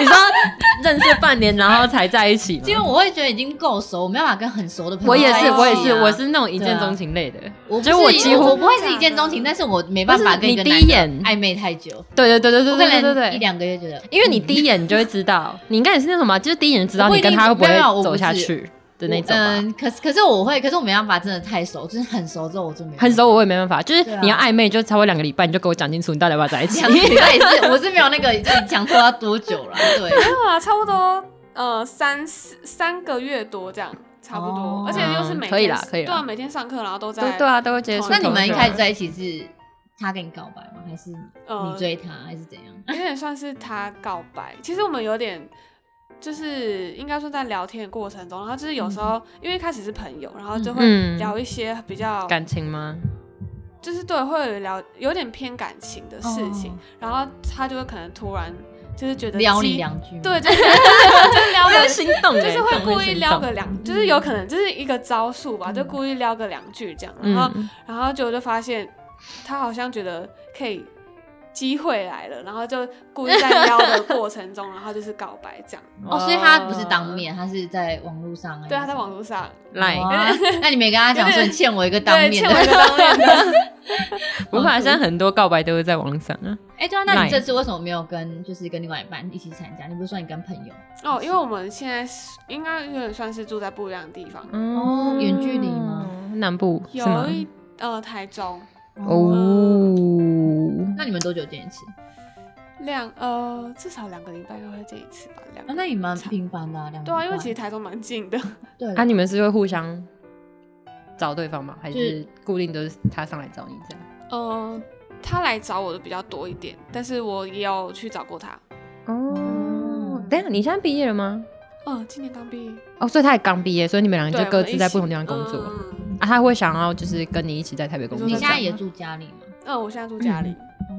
S1: 你说认识半年，然后才在一起吗？
S2: 因为我会觉得已经够熟，我没办法跟很熟的朋友
S1: 我也
S2: 在一
S1: 是，
S2: 起啊
S1: 我也是，我是那种一
S2: 对
S1: 见
S2: 啊
S1: 钟情类的。
S2: 我不
S1: 觉
S2: 是
S1: 得我几乎
S2: 我不会是一见钟情，但是我没办法跟一个
S1: 不是
S2: 男
S1: 你第
S2: 的
S1: 一眼
S2: 暧昧太久，
S1: 对对对对
S2: 我
S1: 对
S2: 可
S1: 对对
S2: 能一
S1: 对对，
S2: 两个月觉得，嗯
S1: 因为你第一眼你就会知道，你应该也是那种吧，就是第一眼就知道
S2: 我不
S1: 你
S2: 一定
S1: 跟他会不
S2: 没有没有
S1: 会
S2: 我不
S1: 走
S2: 是
S1: 下去的那种吧。
S2: 嗯，可是可是我会，可是我没办法，真的太熟，就是很熟之后我真没办法
S1: 很。
S2: *laughs*
S1: 熟我也没办法，就是
S2: 对啊
S1: 你要暧昧就超过两个礼拜，你就给我讲清楚你到底要不要在一起 *laughs*
S2: 讲。出来也是，我是没有那个就是讲拖到多久了，对，
S3: 没有啊，差不多呃三四三个月多这样，差不多。
S2: 哦
S3: 而且又是每天
S1: 可以啦可以啦
S3: 对啊，每天上课然后都
S1: 对
S3: 在
S1: 对啊，都会接触。
S3: 那
S2: 哦那你们一开始在一起是他跟你告白吗？还是
S3: 呃
S2: 你追他，还是怎样？
S3: 有点算是他告白。其实我们有点，就是应该说在聊天的过程中，然后就是有时候、因为一开始是朋友，然后就会
S1: 嗯
S3: 聊一些比较，
S1: 感情吗？
S3: 就是对会聊有点偏感情的事情，
S2: 哦
S3: 然后他就会可能突然就是觉得
S2: 撩你
S3: 激
S2: 两句吗，
S3: 对，就是就
S1: *laughs*
S3: 是撩
S1: 这是。
S3: 个
S1: 心动欸，
S3: 就是会故意撩个
S1: 这种会心动
S3: 两，就是
S1: 嗯
S3: 有可能就是一个招数吧，就故意撩个两句这样，然后
S1: 嗯，
S3: 然后就就发现他好像觉得可以机会来了，然后就故意在撩的过程中，然后就是告白这样。
S1: 嗯
S2: 哦，所以他不是当面，他是在网络上，
S3: 呃对，啊他在网络上，
S1: 来，
S2: 哇那你没跟他讲说你欠我一个当
S3: *laughs* 对，
S2: 面
S3: 欠
S2: 的？
S3: 我一个当面的。
S1: 不过现在很多告白都是在网上啊。
S2: 哎，对啊，那
S1: Line
S2: 你这次为什么没有跟就是跟另外一半一起参加？你不是说你跟朋友？
S3: *laughs* 哦，因为我们现在是应该有点算是住在不一样的地方，
S2: 哦远距离吗？
S1: 南部嗯是吗
S3: 有？一呃台中
S1: 哦，
S2: 那你们多久见一次？
S3: 两呃至少两个礼拜都会见一次吧，两
S2: 啊
S3: 个。
S1: 嗯
S2: 那你蛮频繁的啊，两个
S3: 对啊，因为
S2: 礼拜
S3: 其实台中蛮近的。 *laughs*
S2: 对
S1: 啊，
S2: 啦
S1: 你们是会互相找对方吗？还
S2: 就是
S1: 固定都是他上来找你这样？
S3: 嗯，他来找我的比较多一点，但是我也有去找过他。
S1: 哦，等一下，你现在毕业了吗？
S3: 嗯，今年刚毕业，
S1: 哦，所以他也刚毕业，所以你们两个
S3: 对
S1: 就各
S3: 我们
S1: 自
S3: 一
S1: 在
S3: 起
S1: 不同地方工作。
S3: 嗯嗯
S1: 啊，他会想要就是跟你一起在台北工作。
S2: 你现在
S1: 这样
S2: 也住家里吗？
S3: 嗯，我现在住家里。
S2: 哦，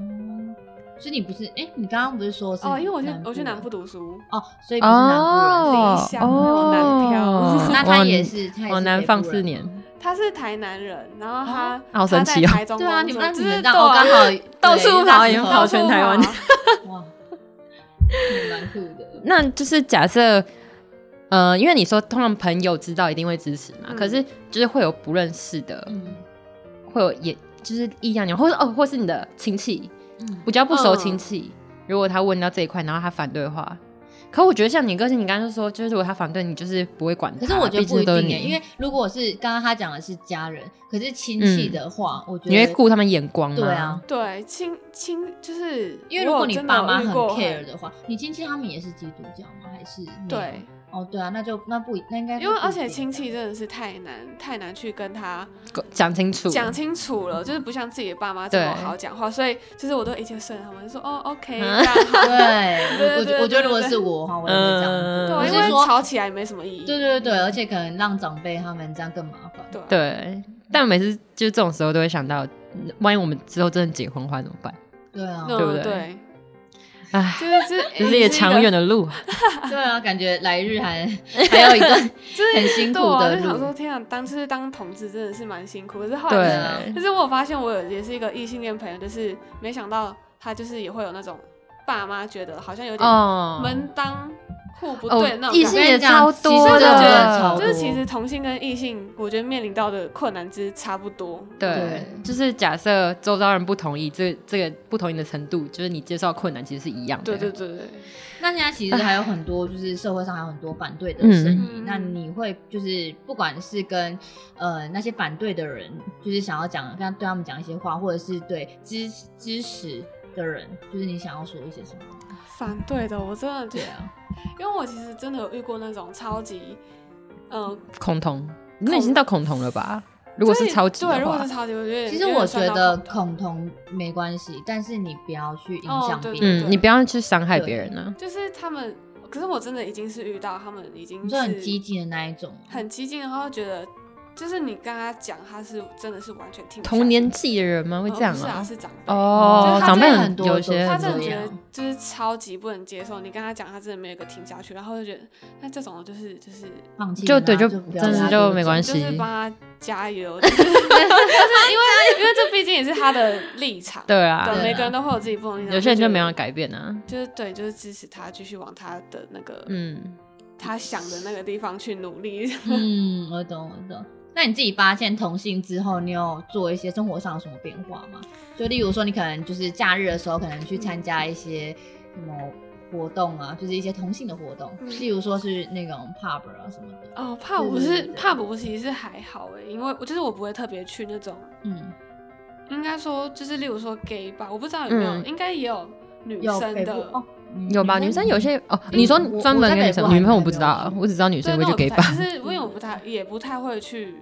S2: 所以你不是哎，你刚刚不是说
S1: 嗯
S2: 是
S3: 哦，因为我去
S1: 啊
S2: 部
S3: 我去
S2: 人
S3: 南部读书，
S2: 哦，所以不是南部人。
S1: 哦
S3: 自己想没有男
S2: *laughs*
S3: 票
S1: 哦
S2: 那他也是，他也是
S1: 往南
S2: 北部
S1: 放
S2: 人
S1: 四年，
S3: 他是台南人，然后他
S1: 好神奇哦
S3: 他在台
S2: *laughs*
S3: 中
S2: 对
S3: 工
S2: 啊，
S3: 作
S2: 你们那
S3: 就
S2: 你
S3: 是
S2: 们
S3: 对
S2: 刚
S3: 啊
S2: 好刚好
S1: 到
S2: 对
S1: 处
S2: 那
S1: 跑
S2: 时
S1: 也
S2: 候
S1: 跑全台湾
S3: 到处
S2: *laughs*
S3: 跑
S2: 哇，也蛮酷的。
S1: 那就是假设，呃，因为你说通常朋友知道一定会支持嘛，
S3: 嗯
S1: 可是就是会有不认识的，
S2: 嗯
S1: 会有也就是异样人，或者哦，或是你的亲戚，
S2: 嗯，
S1: 比较不熟
S3: 嗯
S1: 亲戚，如果他问到这一块，然后他反对的话，可我觉得像你个性，你刚刚就说，就是如果他反对你，就是不会管他。
S2: 可是我觉得
S1: 毕
S2: 不
S1: 竟
S2: 一定
S1: 都是
S2: 耶，
S1: 你
S2: 因为如果是刚刚他讲的是家人，可是亲戚的话，我觉
S1: 嗯你会
S2: 得
S1: 顾他们眼光嘛。
S2: 对啊，，
S3: 对亲亲就是，
S2: 因为如果你爸妈很 care
S3: 的，
S2: 的话，你亲戚他们也是基督教吗？还是没有
S3: 对？，
S2: 哦，对啊，那就那不一那应该是
S3: 因为
S2: 不
S3: 而
S2: 一
S3: 且
S2: 定
S3: 亲
S2: 的
S3: 戚真的是太难太难去跟他
S1: 讲清楚，
S3: 讲清楚了，就是不像自己的爸妈这么
S1: 对
S3: 好讲话，所以就是我都一切顺他们就说哦
S1: 嗯
S3: OK 这样好，
S2: *laughs*
S3: *laughs*
S2: 对，我我
S3: 对对
S2: 觉我觉得
S3: 对
S2: 如果
S3: 对
S2: 是我的话，我也会这样子。
S1: 嗯
S3: 对啊，
S2: 我
S3: 因
S2: 是
S3: 为
S2: 说
S3: 吵起来也没什么意义，
S2: 对对对，而且可能让长辈他们这样更麻烦。
S3: 对啊
S1: 对。但每次就这种时候都会想到，嗯万一我们之后真的结婚的话怎么办？
S2: 对啊，
S3: 嗯
S1: 对不对
S3: 对，
S1: 唉，
S3: 就是这
S1: 这是一个长远的路啊。
S2: 对啊，感觉来日还 *laughs* 还有一段
S3: 就是
S2: 很辛苦
S3: 对啊，
S2: 的
S3: 就想说，
S2: 路。
S3: 天啊，当就是当同志真的是蛮辛苦，可是后
S1: 对
S3: 来就是
S2: 啊
S3: 就是我有发现我有也是一个异性恋朋友，就是没想到他就是也会有那种爸妈觉得好像有点
S1: 哦，
S3: 门当户不
S1: 哦
S3: 对的那种
S1: 异
S3: 感
S1: 性
S3: 觉。
S1: 也超多
S2: 我
S3: 所
S2: 跟你
S3: 以我就
S2: 讲
S3: 觉
S2: 真的
S1: 的
S2: 超，
S3: 得，就是其
S2: 多
S3: 实同性跟异性，我觉得面临到的困难其实差不多。
S1: 对，就是假设周遭人不同意，这这个不同意的程度，就是你接受困难其实是一样的。
S3: 对对对对，
S2: 那现在其实还有很多，就是社会上还有很多反对的
S1: 嗯
S2: 声音。
S3: 嗯
S2: 那你会就是不管是跟呃那些反对的人，就是想要讲跟他对他们讲一些话，或者是对支支持的人，就是你想要说一些什么？
S3: 反对的，我真的觉
S2: 对
S3: 得，
S2: 啊，
S3: 因为我其实真的有遇过那种超级，嗯，
S1: 恐同，那已经到恐同了吧？如果是
S3: 所以
S1: 超级的
S3: 对，如果
S1: 话
S3: 是，超级，我觉得
S2: 其实我觉得恐同没关系，但是你不要去影响
S3: 哦对
S2: 别人。
S1: 嗯，你不要去伤害别人啊呢。
S3: 就是他们，可是我真的已经是遇到他们已经
S2: 你
S3: 是
S2: 说很激进的那一种吗，
S3: 嗯很激进，然后觉得就是你跟他讲，他是真的是完全听不下去
S1: 同年纪的人吗？会
S3: 呃
S1: 这样
S3: 不是啊，
S1: 啊？
S3: 是长辈。
S1: 哦
S3: 就，是他
S1: 长辈
S3: 真的
S2: 很
S1: 很
S2: 多
S1: 有些
S2: 都
S3: 他
S1: 很
S3: 真
S1: 多
S3: 的
S2: 这
S3: 觉
S1: 人
S2: 样
S3: 得就是超级不能接受，你跟他讲，他真的没有一个听下去，然后就觉得那这种就是就是
S2: 放弃
S1: 就
S2: 了
S1: 对
S2: 就
S1: 就
S2: 不要
S1: 真
S2: 跟
S1: 的
S2: 他
S1: 就
S2: 多
S1: 没
S2: 讲
S1: 关
S3: 就
S1: 系
S3: 是帮他加油，就是 *laughs* 就是因为因为这毕竟也是他的立场，
S1: 对啊，
S3: 对，
S2: 对
S3: 每个人都会有自己不同的立场，
S1: 有些人就没有
S3: 觉得
S1: 改变啊。
S3: 就是对，就是支持他继续往他的那个
S1: 嗯，
S3: 他想的那个地方去努力。 *laughs*
S2: 嗯，我懂，我懂。那你自己发现同性之后，你有做一些生活上有什么变化吗？就例如说，你可能就是假日的时候，可能去参加一些什么活动啊，就是一些同性的活动，
S3: 嗯
S2: 例如说是那种 pub 啊什么的。
S3: 哦怕
S2: 对
S3: 我
S2: 对
S3: 是
S2: 对对
S3: 怕我其实是还好哎，因为我就是我不会特别去那种，
S2: 嗯，
S3: 应该说就是例如说 gay 吧，我不知道有没有，
S1: 嗯
S3: 应该也有女
S2: 有
S3: 生
S2: 北
S3: 的
S2: 部哦，
S1: 有吧？女生有些哦，你说
S2: 我
S1: 专
S2: 我
S1: 门跟
S2: 在北
S1: 女
S2: 部
S1: 生，
S2: 还
S1: 女生我
S2: 没
S1: 不知
S2: 有
S1: 道
S2: 去
S1: 啊，我只知道女生会
S3: 对，那
S1: 去
S3: 我不
S1: gay
S3: 太
S1: 吧。
S3: 就是因为我不
S2: 嗯
S3: 太也不太会去，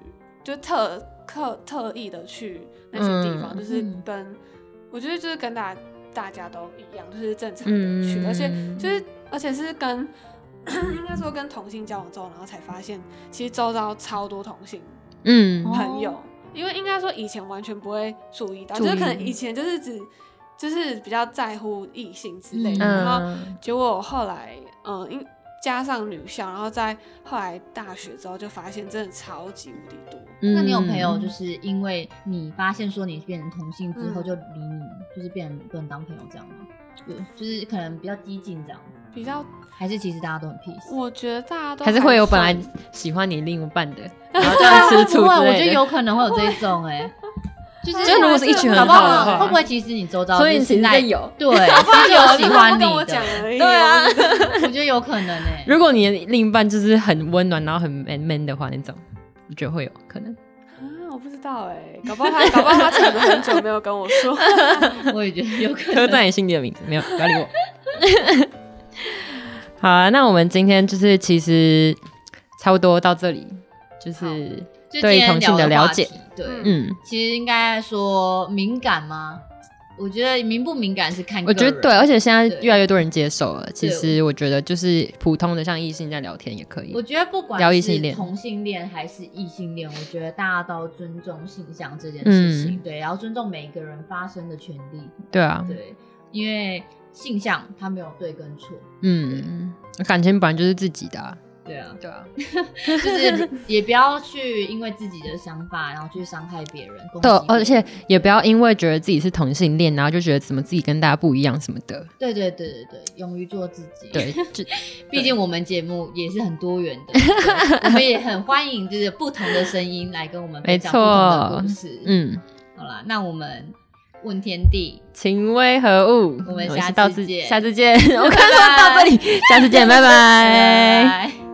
S3: 就特特特意的去那些地方，
S1: 嗯
S3: 就是
S2: 嗯
S3: 跟、我觉得就是跟大大家都一样，就是正常的去，而且
S1: 嗯
S3: 就是而且是跟 *coughs* 应该说跟同性交往之后，然后才发现其实周遭超多同性
S1: 嗯
S2: 哦
S3: 朋友，因为应该说以前完全不会注意到，
S1: 注
S3: 就是可
S1: 意
S3: 能以前就是只就是比较在乎异性之类的，
S2: 嗯
S3: 然后
S1: 嗯，
S3: 结果我后来，嗯，因加上女校，然后在后来大学之后，就发现真的超级无敌多。
S1: 嗯
S2: 那你有朋友就是是因为你发现说你变成同性之后，
S3: 嗯
S2: 就离你就是变成不能当朋友这样吗？有，就是可能比较激进这样，
S3: 比较，
S2: 还是其实大家都很 peace？
S3: 我觉得大家都
S1: 还是会有本
S3: 算
S1: 来喜欢你另一半
S2: *laughs*
S1: 的，然后在
S2: 会
S1: 吃醋
S2: 啊不
S1: 之
S2: 会？我
S1: 类
S2: 觉得
S1: 的
S2: 有可能会有这一种哎、
S3: *laughs*
S2: 就是
S1: 就是如果是一群很
S2: 搞不
S1: 好的
S2: 好
S1: 话
S2: 会不会其实你周遭
S1: 所以
S2: 就是
S1: 其实
S2: 现在
S1: 就有
S2: 对，
S3: *laughs*
S2: 其实有喜欢你
S3: 跟我讲
S2: 的，
S3: 而已。
S1: 对
S2: *laughs*
S1: 啊
S3: 我就是，
S2: 我觉得有可能哎、
S1: 如果你的另一半就是很温暖，然后很 man man 的话，那种我觉得会有可能。
S3: 啊，我不知道哎，搞不好他，搞不好他可能很久没有跟我说。
S2: 我也觉得有可
S1: 刻
S2: 能。
S1: 在你心里的名字，没有，不要理
S2: *laughs*
S1: 我。好啊，那我们今天就是其实差不多到这里，就是
S2: 就今
S1: 对
S2: 天
S1: 同性
S2: 聊
S1: 的
S2: 的话
S1: 了解
S2: 题，对，
S3: 嗯
S1: 嗯，
S2: 其实应该说敏感吗？我觉得敏不敏感是看
S1: 我
S2: 个人，
S1: 觉得对，啊而且现在
S2: 对
S1: 越来越多人接受了。其
S2: 对
S1: 实我觉得就是普通的像异性这样聊天也可以
S2: 我。觉得不管
S1: 聊异性
S2: 是
S1: 恋
S2: 同性恋还是异性恋，我觉得大家都要尊重性向这件事情，
S1: 嗯
S2: 对，然后尊重每一个人发声的权利，
S1: 对啊，
S2: 对，因为性向它没有对跟错，
S1: 嗯，感情本来就是自己的、啊。
S2: 对
S1: *laughs*
S2: 啊，
S1: 对啊，
S2: 就是也不要去因为自己的想法，然后去伤害别人，攻击
S1: 对，而
S2: 别人
S1: 且也不要因为觉得自己是同性恋，然后就觉得怎么自己跟大家不一样什么的。
S2: 对对对对对，勇于做自己，
S1: *laughs* 对，就
S2: 毕竟我们节目也是很
S1: *laughs*
S2: 多元的，对我们也很欢迎就是不同的声音来跟我们分享不
S1: 没
S2: 同
S1: 错
S2: 的故事，，
S1: 嗯，
S2: 好啦，那我们问天地。
S1: 情为何物？
S2: 我们
S1: 是
S2: 下次
S1: 到此
S2: 见
S1: *laughs*
S2: *laughs*
S1: 下次见。我刚刚说到这里，下次见，拜拜。
S2: 拜拜